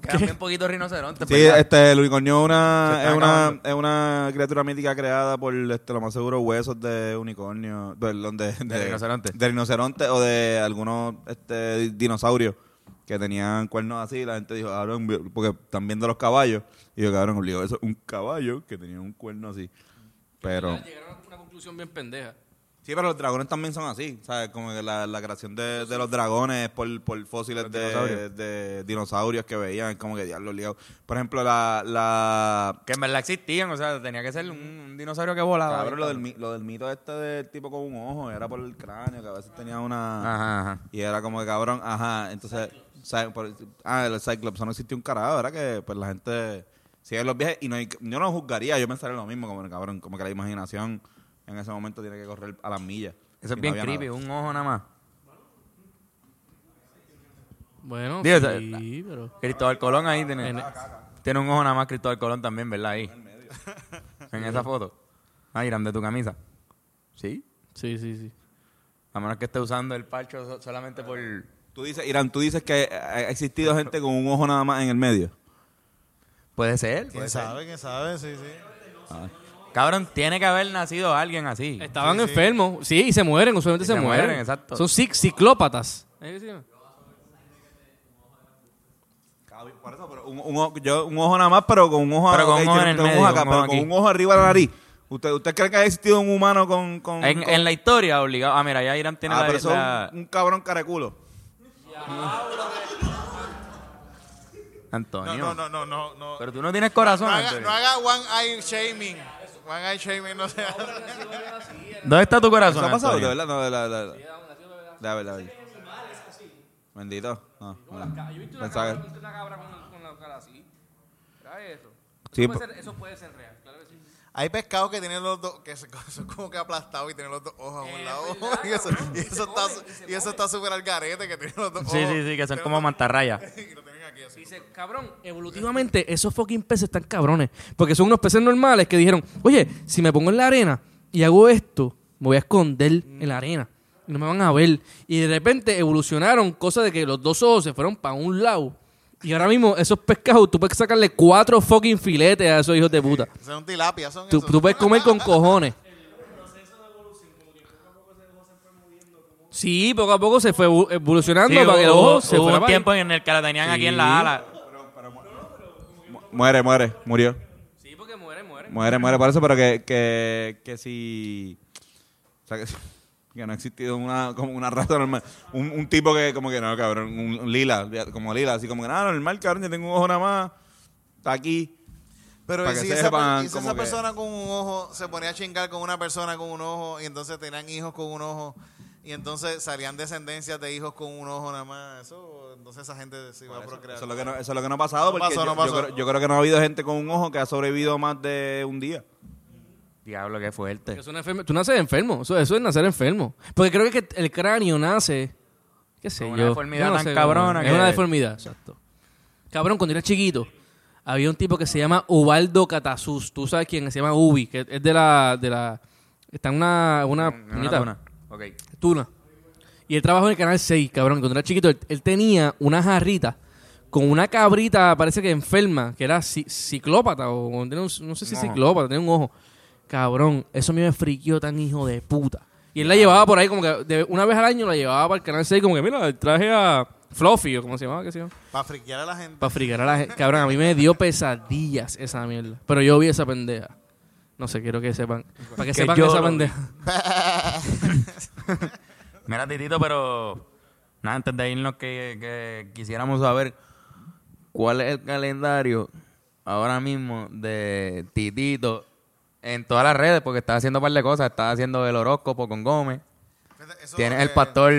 Quedan bien poquitos rinocerontes. pues, Sí, ¿verdad? este, el unicornio es Se una, está es, una, acabando. es una criatura mítica creada por, este, lo más seguro, huesos de unicornio, perdón, de, de, rinoceronte. de rinoceronte o de algunos este, dinosaurios que tenían cuernos así. La gente dijo, cabrón, vi- porque están viendo los caballos. Y yo, cabrón, obligado, eso es un caballo que tenía un cuerno así. Pero... Llegaron a una conclusión bien pendeja. Sí, pero los dragones también son así. ¿sabes? Como que la, la creación de, de los dragones por, por fósiles de, dinosaurios. de dinosaurios que veían, como que diablo liado. Por ejemplo, la. la Que en verdad existían. O sea, tenía que ser un, un dinosaurio que volaba. Mm. cabrón, lo del, mi- lo del mito este del tipo con un ojo, era por el cráneo, que a veces tenía una. Ajá, ajá. Y era como que cabrón, ajá. Entonces, ¿sabes? Por- ah, el Cyclops no existía un carajo, ¿verdad? Que pues la gente sigue los viajes y no hay- yo no juzgaría, yo pensaría lo mismo, como que, cabrón, como que la imaginación en ese momento tiene que correr a las millas. Y Eso es no bien había creepy. nada. Un ojo nada más. Bueno, Digo, sí, pero... Cristóbal Colón ahí tiene. En- Tiene un ojo nada más Cristóbal Colón también, ¿verdad? Ahí. En esa foto. Ah, irán de tu camisa. Sí. Sí, sí, sí. A menos que esté usando el parcho so- solamente por. Tú dices, Irán, tú dices que ha existido gente con un ojo nada más en el medio. Puede ser. ¿Quién puede ser. sabe? ¿Quién sabe? Sí, sí. Cabrón, tiene que haber nacido alguien así. Estaban enfermos, sí, y se mueren, usualmente Y se, se mueren. mueren, exacto. Son cic- ciclópatas. ¿Eh, qué se llama? Por eso, pero un, un ojo- yo, un ojo nada más, pero con un ojo, Pero con ok, un ojo yo en el tengo medio, acá, un ojo pero con aquí. un ojo arriba de la nariz. ¿Usted, ¿Usted cree que ha existido un humano con...? con, En, con- en la historia, obligado. Ah, mira, ya Irán tiene Ah, la. pero eso es la- un, un cabrón caraculo. Antonio. No, no, no, no, no. Pero tú no tienes corazón, No haga, Antonio. no haga one eye shaming. One eye shaming no sea. ¿Dónde está tu corazón? ¿Eso ha pasado? Antonio? De verdad, no, de la... De la, de verdad, de verdad. Bendito. No, no. Pensaba que- Sí, puede eso puede ser real, claro que sí. Hay pescados que tienen los dos, que se- son como que aplastados y tienen los dos ojos a un lado. Y eso, y eso está, su- y eso está súper al garete, que tienen los dos Sí, ojos. sí, sí, que son Tienen como los dos- mantarrayas. Y lo tienen aquí así. Dice, cabrón, evolutivamente esos fucking peces están cabrones. Porque son unos peces normales que dijeron, oye, si me pongo en la arena y hago esto, me voy a esconder en la arena. Y no me van a ver. Y de repente evolucionaron cosas de que los dos ojos se fueron para un lado. Y ahora mismo esos pescados, tú puedes sacarle cuatro fucking filetes a esos hijos de puta. Son tilapias, son Tú, esos. tú puedes comer con cojones. Sí, poco a poco se fue evo- evolucionando Sí, Ah, para que el hubo- ojo se hubo fuera un para ahí. tiempo en el que la tenían aquí en la ala. Mu- Muere, muere. Murió. Sí, porque muere, muere. Muere, muere. Por eso, pero que, que, que si... O sea, que... Que no ha existido una, como una raza normal. Un, un tipo que, como que no, cabrón, un, un lila, ya, como lila, así como que, ah, normal, cabrón, yo tengo un ojo nada más, está aquí. Pero Pa' ¿y que si esa, sepan per- y si como esa que- persona con un ojo se ponía a chingar con una persona con un ojo y entonces tenían hijos con un ojo y entonces salían descendencias de hijos con un ojo nada más, eso entonces esa gente se iba a procrear. Eso es lo que no, eso es lo que no ha pasado, No porque pasó, yo, no yo pasó. creo, yo creo que no ha habido gente con un ojo que ha sobrevivido más de un día. Diablo, qué fuerte. Es una enferme- Tú naces enfermo. Eso, eso es nacer enfermo. Porque creo que el cráneo nace. ¿Qué sé Con yo? una deformidad Yo no tan sé cómo- cabrona Es que- una deformidad, exacto. Cabrón, cuando era chiquito, había un tipo que se llama Ubaldo Catasus. Tú sabes quién se llama Ubi, que es de la. De la está en una. Una, Ah, puñeta- tuna. Ok. Tuna. Y él trabajó en el canal 6, cabrón. Cuando era chiquito, él, él tenía una jarrita con una cabrita, parece que enferma, que era ci- ciclópata o o tenía un- no sé si Un ojo. ciclópata, tenía un ojo. Cabrón, eso a mí me friquió tan hijo de puta. Y él la llevaba por ahí como que de- una vez al año la llevaba para el canal 6 como que, mira, traje a Fluffy o como se llamaba, qué se llama. Para friquear a la gente. Para fricar a la gente. Cabrón, a mí me dio pesadillas esa mierda. Pero yo vi esa pendeja. No sé, quiero que sepan. Para Que que, sepan yo esa lo vi. pendeja. Mira, Titito, pero nada, antes de irnos, que, que quisiéramos saber cuál es el calendario ahora mismo de Titito en todas las redes, porque está haciendo un par de cosas. Está haciendo el horóscopo con Gómez. Fíjate, eso Tienes es lo el que- pastor.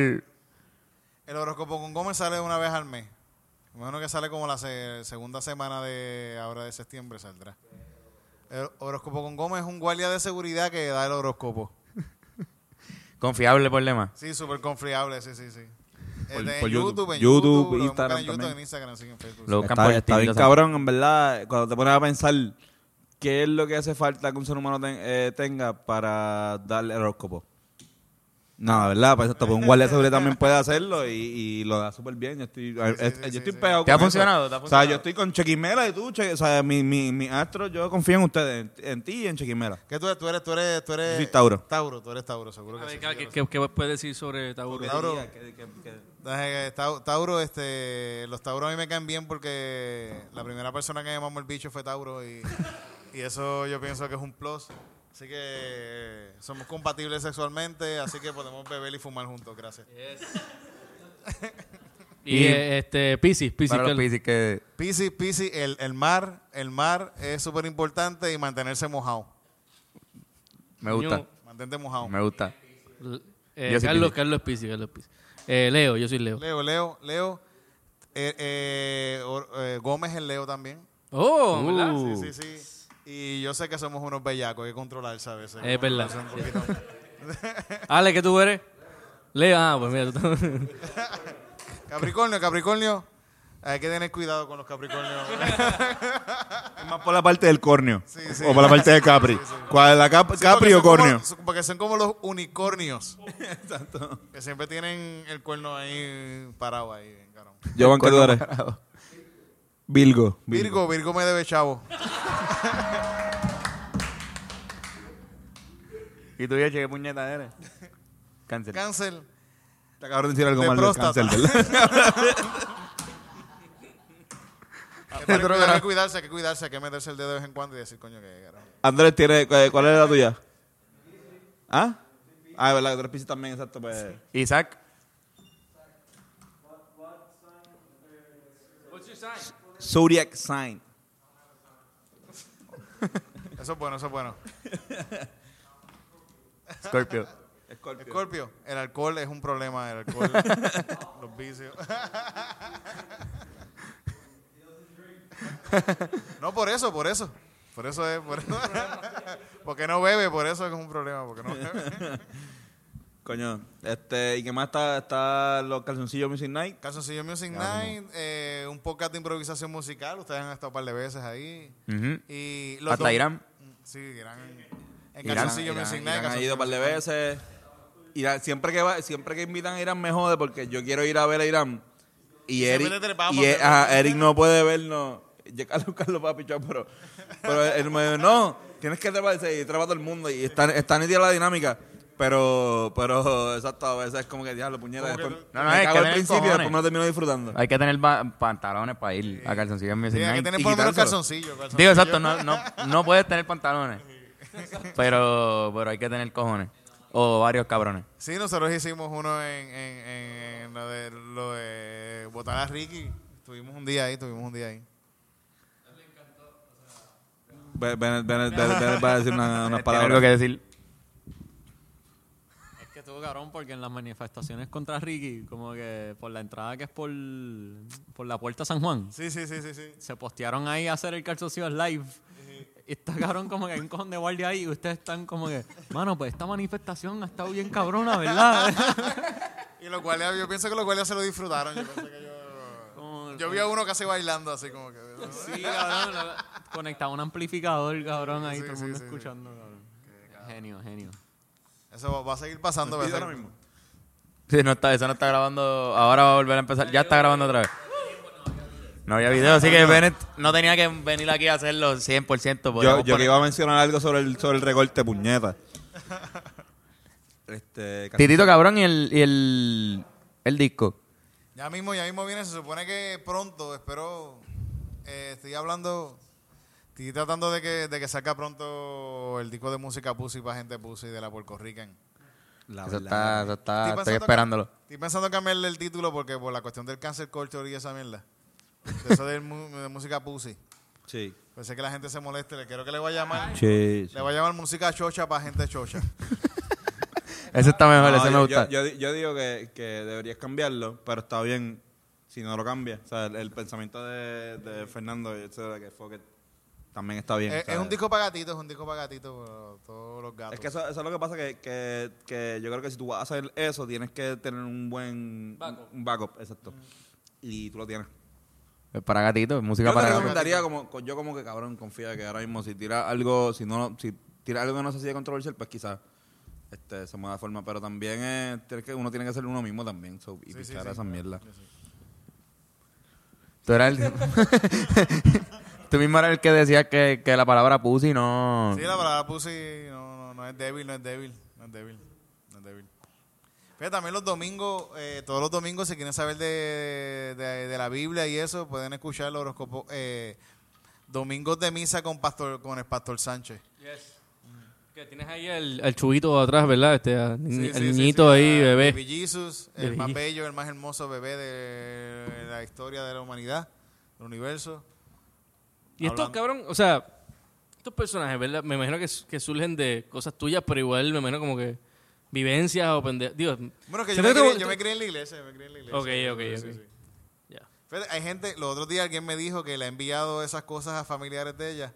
El horóscopo con Gómez sale una vez al mes. Me imagino que sale como la se- segunda semana de ahora de septiembre saldrá. El horóscopo con Gómez es un guardia de seguridad que da el horóscopo. Confiable por demás. Sí, súper confiable, sí, sí, sí. Por- Este, en por YouTube. en YouTube, lo buscan en Instagram YouTube, también. en Instagram, sí, en Facebook. Lo buscan Está, por está bien Titito. cabrón, en verdad, cuando te pones a pensar qué es lo que hace falta que un ser humano ten- eh, tenga para darle el horóscopo. No, ¿verdad? Pues hasta un guardia de seguridad también puede hacerlo y, y lo da súper bien. Yo estoy, eh, sí, yo sí, estoy sí. pegado ¿Te ha con eso. funcionado? ¿Te ha O sea, funcionado? yo estoy con Chequimera y tú, Che- o sea, mi, mi, mi astro, yo confío en ustedes, en, en ti y en Chequimera. ¿Qué tú eres? Tú eres, tú eres, tú eres... Yo soy Tauro. Tauro, tú eres Tauro, seguro que sí. yo ¿Qué, lo sé. puedes decir sobre Tauro? Tauro, Entonces, eh, Tau- Tauro, este, los Tauros a mí me caen bien porque la primera persona que me mamó el bicho fue Tauro y, y eso yo pienso que es un plus. Así que eh, somos compatibles sexualmente, así que podemos beber y fumar juntos, gracias. Y, eh, este, Pisces, Pisces. Para los Carlos. Piscis que... Pisi, pisi, el, el mar, el mar es súper importante y mantenerse mojado. Me gusta. Mantente mojado. Me gusta. Eh, Yo soy Carlos, Piscis. Carlos Pisces, Carlos Pisces. Eh, Leo, yo soy Leo. Leo, Leo, Leo. Eh, eh, or- eh, Gómez es Leo también. Oh, ¿verdad? Uh. Sí, sí, sí. Y yo sé que somos unos bellacos, hay que controlarse a veces. Es verdad. Controlarse un poquito. Ale, ¿qué tú eres? Leo, ah, pues mira, tú también. Capricornio, Capricornio. Hay que tener cuidado con los Capricornios. Es más por la parte del corneo. Sí, sí. O por la parte de Capri. ¿Cuál es la cap- Capri porque o son como- corneo? son- porque son como los unicornios. Que siempre tienen el cuerno ahí parado ahí, bien carón. Yo banco Corno dólares. Virgo. Virgo, Virgo me debe chavo. ¿Y tú, Yoche, qué puñeta eres? Cáncer. Cáncer. Te acabaron de decir algo De mal del próstata. cáncer, ¿verdad? Ah. Hay que tener- hay que cuidarse, hay que cuidarse, hay que meterse el dedo de vez en cuando y decir, coño, que carón. Andrés, ¿tiene, cu- ¿cuál es la tuya? ¿Ah? Ah, es verdad, que tú eres Piscis también, exacto. Pues. Isaac. Zodiac Sign. Eso es bueno, eso es bueno. Scorpio. Escorpio, el alcohol es un problema, el alcohol, los vicios. no, por eso, por eso. Por eso es, por eso. porque no bebe, por eso es que es un problema, porque no bebe. Coño, este, ¿y qué más está? Está los calzoncillos Music Night. Calzoncillo Music Night, eh, un podcast de improvisación musical, ustedes han estado un par de veces ahí. Mm. Ujú. Y los Hasta dom- Irán. Sí, Irán. En Irán, Calzoncillo Irán, Music Night. Irán ha Calzoncillo ido un par de Music Night. veces. Irán- siempre, que va, siempre que invitan a Irán me jode porque yo quiero ir a ver a Irán. Y Siempre Eric, te trepamos, y e- ¿no? ajá, Eric no puede vernos. Yo, Carlos, Carlos va a pichar, pero, pero él me dijo, no, tienes que treparse y trepa todo el mundo. Y está, está nítida la dinámica. Pero, pero, exacto, a veces es como que diablo, puñeta. Como que Después, tú- No, no, me es cago que al tenés principio y cojones. después me lo termino disfrutando. Hay que tener ba- pantalones para ir a calzoncillos en Music Sí, hay que Night. tener Y por lo menos quitárselo. calzoncillo. Digo, calzoncillo. exacto, no, no, no puedes tener pantalones. Pero, pero hay que tener cojones. o varios cabrones. Sí, nosotros hicimos uno en, en- en- en lo, de, lo de botar a Ricky. Tuvimos un día ahí, tuvimos un día ahí. Bennett, Bennett- Bennett- Bennett va a decir una- unas Tiene algo palabras. Este que decir. Es que estuvo cabrón porque en las manifestaciones contra Ricky, como que por la entrada que es por, por la puerta San Juan, Sí, sí, sí, sí, sí. se postearon ahí a hacer el calzocio live. Y está cabrón como que hay un cojón de guardia ahí y ustedes están como que, mano, pues esta manifestación ha estado bien cabrona, ¿verdad? Y los cuales, yo pienso que los cuales se lo disfrutaron. Yo pienso que Como- yo... Yo vi a uno casi bailando así como que... Sí, cabrón. lo- Conectado a un amplificador, cabrón, ahí Sí, todo el sí, mundo sí, sí. escuchando, cabrón. Genio, genio. Eso va, va a seguir pasando. va a Y ahora seguir- mismo. Sí, no está, eso no está grabando. Ahora va a volver a empezar. Ya está grabando otra vez. No había video, así que Bennett no tenía que venir aquí a hacerlo Yo, 100%. podíamos yo que poner- iba a mencionar algo sobre el, sobre el recorte puñeta. Este, Titito cabrón y el, y el, el disco. Ya mismo, ya mismo viene. Se supone que pronto, espero... eh, estoy hablando... Estoy tratando de que, de que salga pronto el disco de música Pussy para gente Pussy de la Puerto Rican. la Eso verdad. está, eso está, Estoy estoy pensando- esperándolo. Estoy pensando en cambiarle el título porque por la cuestión del cancer culture y esa mierda. De eso de, de música pussy. Sí. Pensé que la gente se moleste. Le quiero que le voy a llamar. Sí. Le voy a llamar música chocha para gente chocha. Ese está mejor, No, ese me yo- gusta. Yo, yo di- yo digo que, que deberías cambiarlo, pero está bien si no lo cambias. O sea, el, el pensamiento de, de Fernando, etcétera, que fue que también está bien. Eh, es, o sea, es un disco para gatitos, es un disco para gatitos, pero todos los gatos. Es que eso, eso es lo que pasa, que, que, que yo creo que si tú vas a hacer eso, tienes que tener un buen Backup. un backup, exacto. Y tú lo tienes. Es Para gatito, es música Yo te para gatito. recomendaría como co- yo como que cabrón confía que ahora mismo si tira algo si no si tira algo que no se así de controversial pues quizás este se mueva de forma pero también eh, tienes que uno tiene que ser uno mismo también so, y Sí, sí, pichar sí. esas mierdas. Tú, eras el- Tú mismo eras el que decía que, que la palabra pussy no... Sí, la palabra pussy no, no, no es débil, no es débil, no es débil, no es débil. Pero también los domingos, eh, todos los domingos, si quieren saber de, de- de la Biblia y eso, pueden escuchar el horóscopo. eh, domingos de misa con pastor con el pastor Sánchez. Que tienes ahí el, el chubito atrás, ¿verdad? Este, a- ni- Sí, el sí, sí, niñito sí, ahí, a bebé. Baby Jesus, el Baby más Jesus. bello, el más hermoso bebé de la historia de la humanidad, del universo. Y estos, Hablando. cabrón, o sea, estos personajes, ¿verdad? Me imagino que, s- que surgen de cosas tuyas, pero igual me imagino como que vivencias o pendejas. Digo, Bueno, que se yo me, trata crié, como- yo me crié en la iglesia, me crié en la iglesia. Ok, ok, Sí, ok. sí. Ya. Fíjate, hay gente, los otros días alguien me dijo que le ha enviado esas cosas a familiares de ella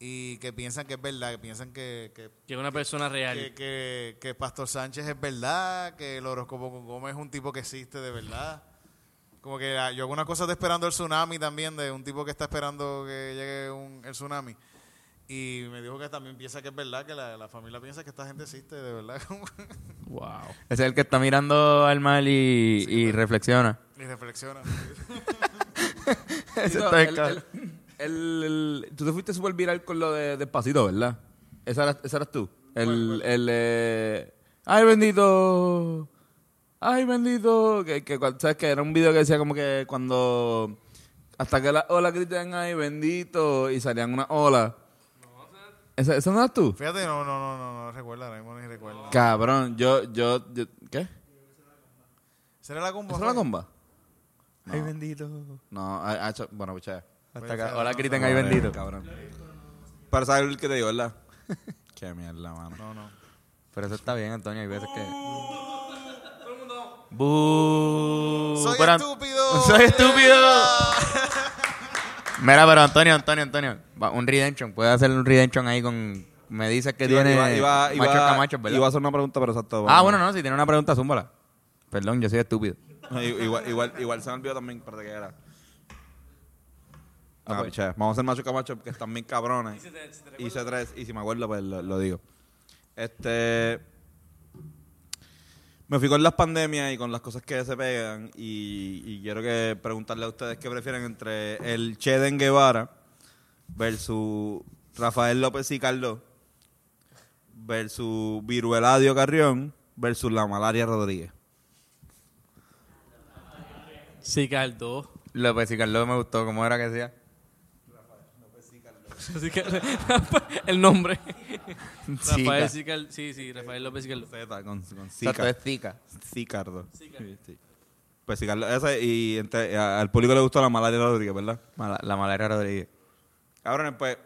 y que piensan que es verdad, que piensan que, que, Que es una persona real. que, que- que Pastor Sánchez es verdad, que el horóscopo con Gómez es un tipo que existe de verdad. Como que ah, yo hago una cosa de esperando el tsunami también, de un tipo que está esperando que llegue un- el tsunami. Y me dijo que también piensa que es verdad, que la, la familia piensa que esta gente existe de verdad. como- Wow. Ese es el que está mirando al mal y, y reflexiona. y reflexiona. Ese Tito, está bien el- cabrón. el- el- tú te fuiste súper viral con lo de Despacito, ¿verdad? Esa eras, esa eras tú. El, el, eh, Ay, bendito. Ay, bendito. Que, que, cua- ¿Sabes que Era un video que decía como que cuando... Hasta que las olas gritan, ay, bendito. Y salían una ola. ¿Esa, esa no eras tú? Fíjate, no, no, no, no, no recuerda, ahora mismo ni recuerda. Cabrón, yo, yo, yo- ¿qué? ¿Será la combo? ¿Esa era la comba? Ay, bendito. No, ha, ha hecho- bueno, pichea. Puede Hasta ser, que olas no, griten, ay, bendito. Cabrón. Para saber qué te digo, ¿verdad? qué mierda, mano. No, no. Pero eso está bien, Antonio. Hay veces que. ¡Bú! Soy Pero An- estúpido. ¡Soy estúpido! Yeah. Mira, pero Antonio, Antonio, Antonio. Va, un redemption. Puede hacer un redemption ahí con. Me dices que Iba- tiene. iba, iba, macho iba- Camacho, ¿verdad? iba a hacer una pregunta, pero exacto. ah, vamos. bueno, no. Si tiene una pregunta, zúmbala. Perdón, yo soy estúpido. No, i- igual, igual, igual se me olvidó también, espérate que era. Ah, Ah, pues. piché. Vamos a hacer macho camacho porque están bien cabrones. Hice tres, y si me acuerdo, pues lo, lo digo. Este. Me fui con las pandemias y con las cosas que se pegan. Y, y quiero que preguntarle a ustedes qué prefieren entre el Che de Guevara versus Rafael López y Carlos versus Virueladio Carrión versus la malaria Rodríguez. Sí, Caldo. López y pues, Carlos me gustó. ¿Cómo era que decía? Así que- el nombre. Rafael Zika. Sical- sí, sí, Rafael López Sicardo. Z con, con Exacto, Zika. es Zika. Zicardo. Zika. Sí. Pues Zicardo, ese, y entre- a- al público le gustó la malaria Rodríguez, ¿verdad? Mala- la malaria Rodríguez. Cabrones, pues.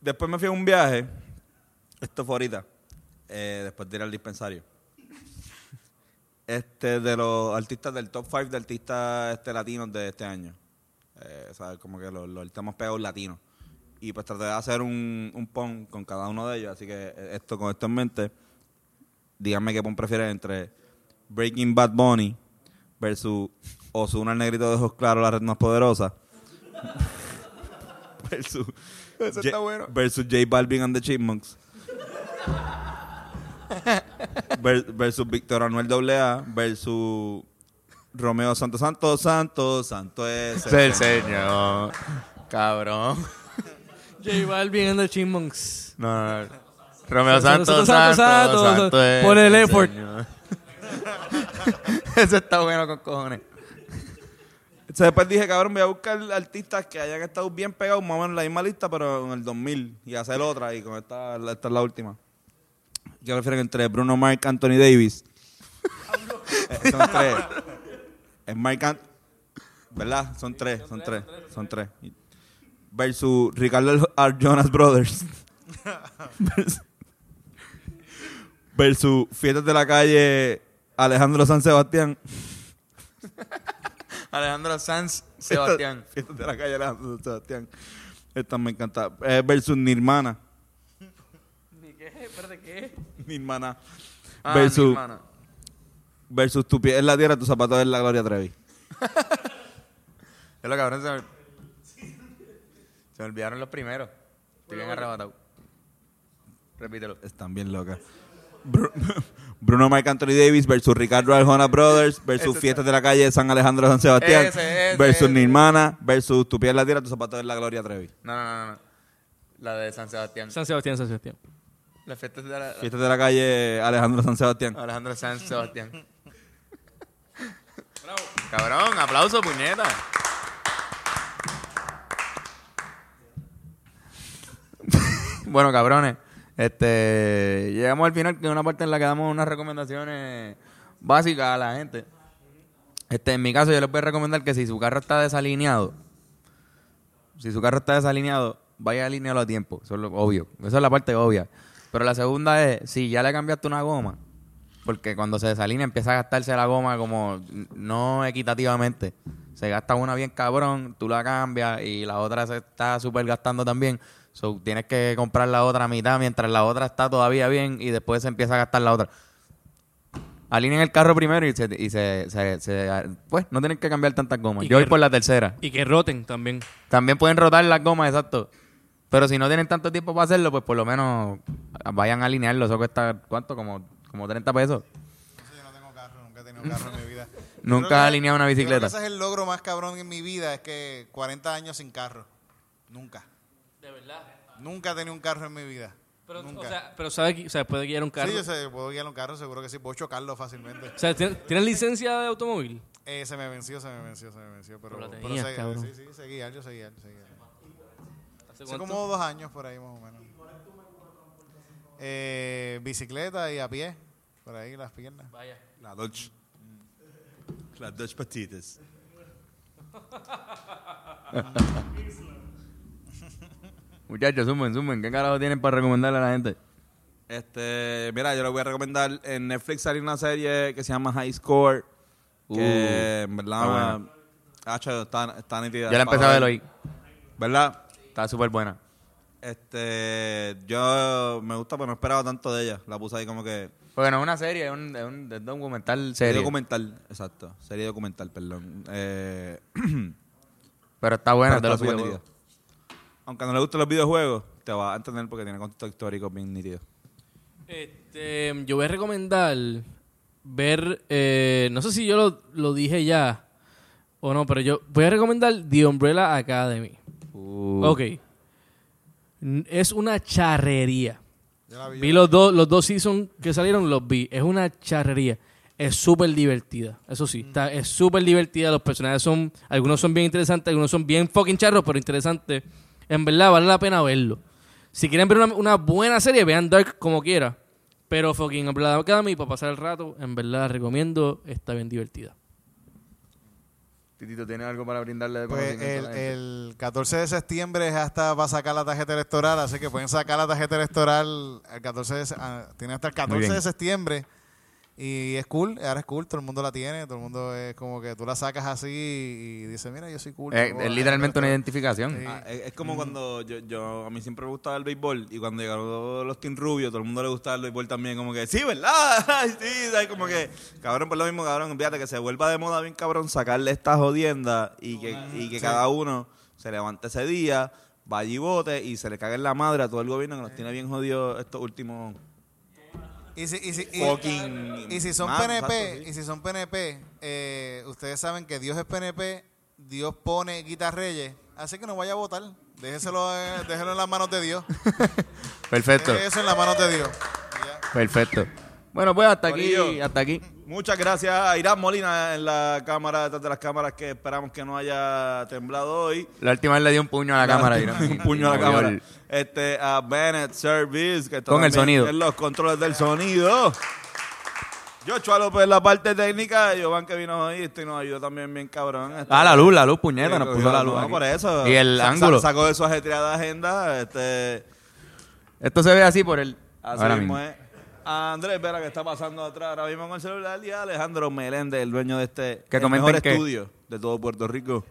Después me fui a un viaje. Esto fue ahorita. eh, después de ir al dispensario. Este, de los artistas del top 5 de artistas este, latinos de este año. Eh, ¿sabes? Como que los, los artistas más pegados latinos. Y pues traté de hacer un, un pon con cada uno de ellos. Así que eh, esto con esto en mente, díganme qué pon prefieres entre Breaking Bad Bunny versus Ozuna el negrito de ojos claros, la red más poderosa versus J- versus J Balvin and the Chipmunks Ver- versus Víctor Anuel AA versus Romeo Santo Santo Santo Santo es Es el señor. Cabrón. J Balvin and the Chipmunks. No, no, no. Romeo Santo, Santos, Santos, Santo, Santo, Santos, Santo, es por el effort. señor. Eso está bueno con cojones. Entonces después dije, cabrón, voy a buscar artistas que hayan estado bien pegados, más o menos en la misma lista, pero en el 2000, y hacer otra, y con esta, esta es la última. Yo prefiero entre Bruno Mark, Anthony Davis. Eh, son tres. Es Mark Ant- ¿Verdad? Son tres, son tres, son tres. Y- Versus Ricardo R. Jonas Brothers. Versus- Versus Fiestas de la Calle, Alejandro San Sebastián. Alejandro Sanz, Sebastián. Esta- Fiestas de la calle Alejandro Sebastián. Esta me encanta. Eh, versus Nirmana. Nirmana. Ah, versus, mi hermana. versus tu pie en la tierra, tus zapatos en la gloria Trevi. Es lo cabrón, se me... se me olvidaron los primeros. Estoy bien arrebatado. Repítelo. Están bien locas. Bru- Bruno Marc Anthony Davis versus Ricardo Arjona Brothers versus Fiestas de la calle San Alejandro San Sebastián Ese, ese, versus ese. Nirmana versus tu pie en la tierra, tus zapatos en la gloria Trevi. No, no, no, no. La de San Sebastián. San Sebastián, San Sebastián. La fiesta de la- Fiestas de la calle Alejandro San Sebastián. Alejandro Sanz, Sebastián. Cabrón, aplauso, puñeta. bueno, cabrones, este, llegamos al final, que es una parte en la que damos unas recomendaciones básicas a la gente. Este, en mi caso, yo les voy a recomendar que si su carro está desalineado, si su carro está desalineado, vaya a alinearlo a tiempo. Eso es lo obvio. Esa es la parte obvia. Pero la segunda es, si ya le cambiaste una goma, porque cuando se desalinea empieza a gastarse la goma como no equitativamente. Se gasta una bien cabrón, tú la cambias y la otra se está súper gastando también. So, tienes que comprar la otra a mitad mientras la otra está todavía bien y después se empieza a gastar la otra. Alineen el carro primero y se... y se- se- se- pues no tienen que cambiar tantas gomas. Y Yo voy que- por la tercera. Y que roten también. También pueden rotar las gomas, exacto. Pero si no tienen tanto tiempo para hacerlo, pues por lo menos vayan a alinearlo. Eso cuesta, ¿cuánto? Como, como 30 pesos. Sí, Yo no tengo carro, nunca he tenido carro en mi vida. Yo creo Nunca que- has alineado una yo creo que bicicleta. Ese es el logro más cabrón en mi vida, es que 40 años sin carro. Nunca. De verdad. Nunca he tenido un carro en mi vida. Pero, nunca. o sea, pero sabe que, o sea, puede guiar un carro. Sí, yo sé, puedo guiar un carro, seguro que sí, puedo chocarlo fácilmente. O sea, ¿tien- ¿tienes licencia de automóvil? Eh, se me venció, se me venció, se me venció, pero, Pero la pero tenías, sé- cabrón. sí, sí, sé guiar, yo sé guiar, sé guiar. Hace ¿Hace cuánto? como dos años por ahí más o menos. Eh, bicicleta y a pie, por ahí las piernas. Vaya. La Dodge. La Dodge Petites. Muchachos, sumen, sumen. ¿Qué carajo tienen para recomendarle a la gente? Este, mira, yo les voy a recomendar en Netflix salió una serie que se llama High Score. Que en Uh, está verdad, buena. hacho, está, está nítida. Yo la empecé a ver hoy. ¿Verdad? Está súper buena. Este, yo me gusta, pero no esperaba tanto de ella. La puse ahí como que. Porque no es una serie, es un, es un- es un documental Serie serio. documental, exacto. Serie documental, perdón. Eh, Pero está buena, pero te lo está súper sugiero. nítida. Aunque no le gusten los videojuegos, te va a entender porque tiene contexto histórico bien nítido. Este, yo voy a recomendar ver, eh, no sé si yo lo, lo dije ya o no, pero yo voy a recomendar The Umbrella Academy. Ok. N- Es una charrería. Ya la vi. Vi los dos, los dos seasons que salieron, los vi. Es una charrería. Es súper divertida. Eso Mm. sí, está, es súper divertida. Los personajes son, algunos son bien interesantes, algunos son bien fucking charros, pero interesantes. En verdad, vale la pena verlo. Si quieren ver una, una buena serie, vean Dark como quiera. Pero fucking Umbrella Academy, para pasar el rato, en verdad la recomiendo. Está bien divertida. Titito, ¿tiene algo para brindarle de Pues conocimiento a la el, Eh, gente? el 14 de septiembre es hasta para sacar la tarjeta electoral, así que pueden sacar la tarjeta electoral el 14 de se- ah, tiene hasta el 14 bien. de septiembre y es cool, ahora es cool, todo el mundo la tiene, todo el mundo es como que tú la sacas así y dices, mira, yo soy cool. Eh, tengo es la literalmente una tarjeta identificación. electoral". Ah, es, es como cuando yo, yo- a mí siempre me gustaba el béisbol y cuando llegaron los Team Rubio, todo el mundo le gustaba el béisbol también, como que, sí, ¿verdad? Ay, sí, ¿sabes? como que, cabrón, por lo mismo, cabrón, fíjate que se vuelva de moda bien, cabrón, sacarle esta jodienda y que, y que cada uno se levante ese día, vaya y vote y se le cague en la madre a todo el gobierno que nos tiene bien jodidos estos últimos Y si, y si- y- fucking... y si son más, PNP, exacto, sí. y si son PNP, eh, ustedes saben que Dios es PNP, Dios pone Guita Reyes, así que no vaya a votar, déjeselo, eh, déjelo en las manos de Dios, Perfecto, Deje eso en las manos de Dios. perfecto. Bueno, pues hasta aquí, Corillo. hasta aquí. Muchas gracias a Irán Molina en la cámara, detrás de las cámaras que esperamos que no haya temblado hoy. La última vez le dio un puño a la cámara. Irán. Un puño a Y la movió cámara. el- Este, a Bennett Service, que está Con el también sonido. En los controles del sonido. Joshua López en la parte técnica. Giovanni que vino hoy este, y nos ayudó también bien cabrón. Este, Ah, la luz, la luz, que puñeta, nos cogió- puso la luz. no, aquí. por eso. Y el Sa- sa- ángulo. Sacó de su ajetreada agenda. Este, Esto se ve así por el. así ahora mismo mismo. eh. es. A Andrés Vera, que está pasando atrás ahora mismo con el celular. Y a Alejandro Meléndez, el dueño de este Que el comenten mejor que- estudio de todo Puerto Rico.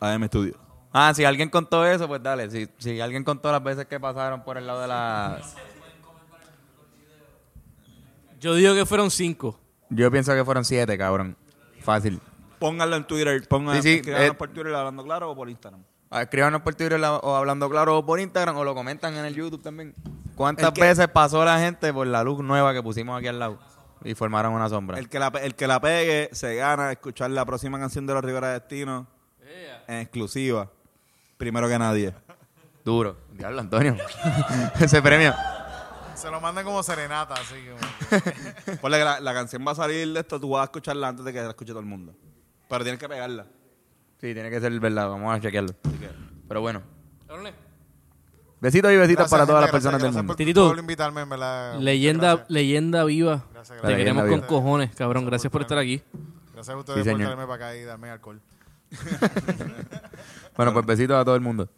AM Studio. Ah, si alguien contó eso, pues dale. Si, si alguien contó las veces que pasaron por el lado de la. Yo digo que fueron cinco. Yo pienso que fueron siete, cabrón. Fácil. Pónganlo en Twitter. Pónganlo Sí, sí, eh, por Twitter hablando claro o por Instagram. Ah, Escríbanos por Twitter la- o hablando claro o por Instagram o lo comentan en el YouTube también. ¿Cuántas El que- veces pasó la gente por la luz nueva que pusimos aquí al lado y formaron una sombra? El que, la, pe- el que la pegue se gana escuchar la próxima canción de los Rivera Destino en exclusiva. Primero que nadie. Duro. Diablo, Antonio. Ese premio. Se lo mandan como serenata, así que. bueno. Ponle que la, la canción va a salir de esto, tú vas a escucharla antes de que la escuche todo el mundo. Pero tienes que pegarla. Sí, tiene que ser verdad. Vamos a chequearlo. Así que, Pero bueno. Besitos y besitos Gracias, para todas las gente, personas del gracias, mundo. gracias Titito. Por, por invitarme, en verdad. Leyenda, Gracias, leyenda viva. Gracias, Te La gracias. queremos leyenda viva. con cojones, cabrón. Gracias por estar aquí. Gracias a ustedes Sí, por señor. traerme para acá y darme alcohol. Bueno, pues besitos a todo el mundo.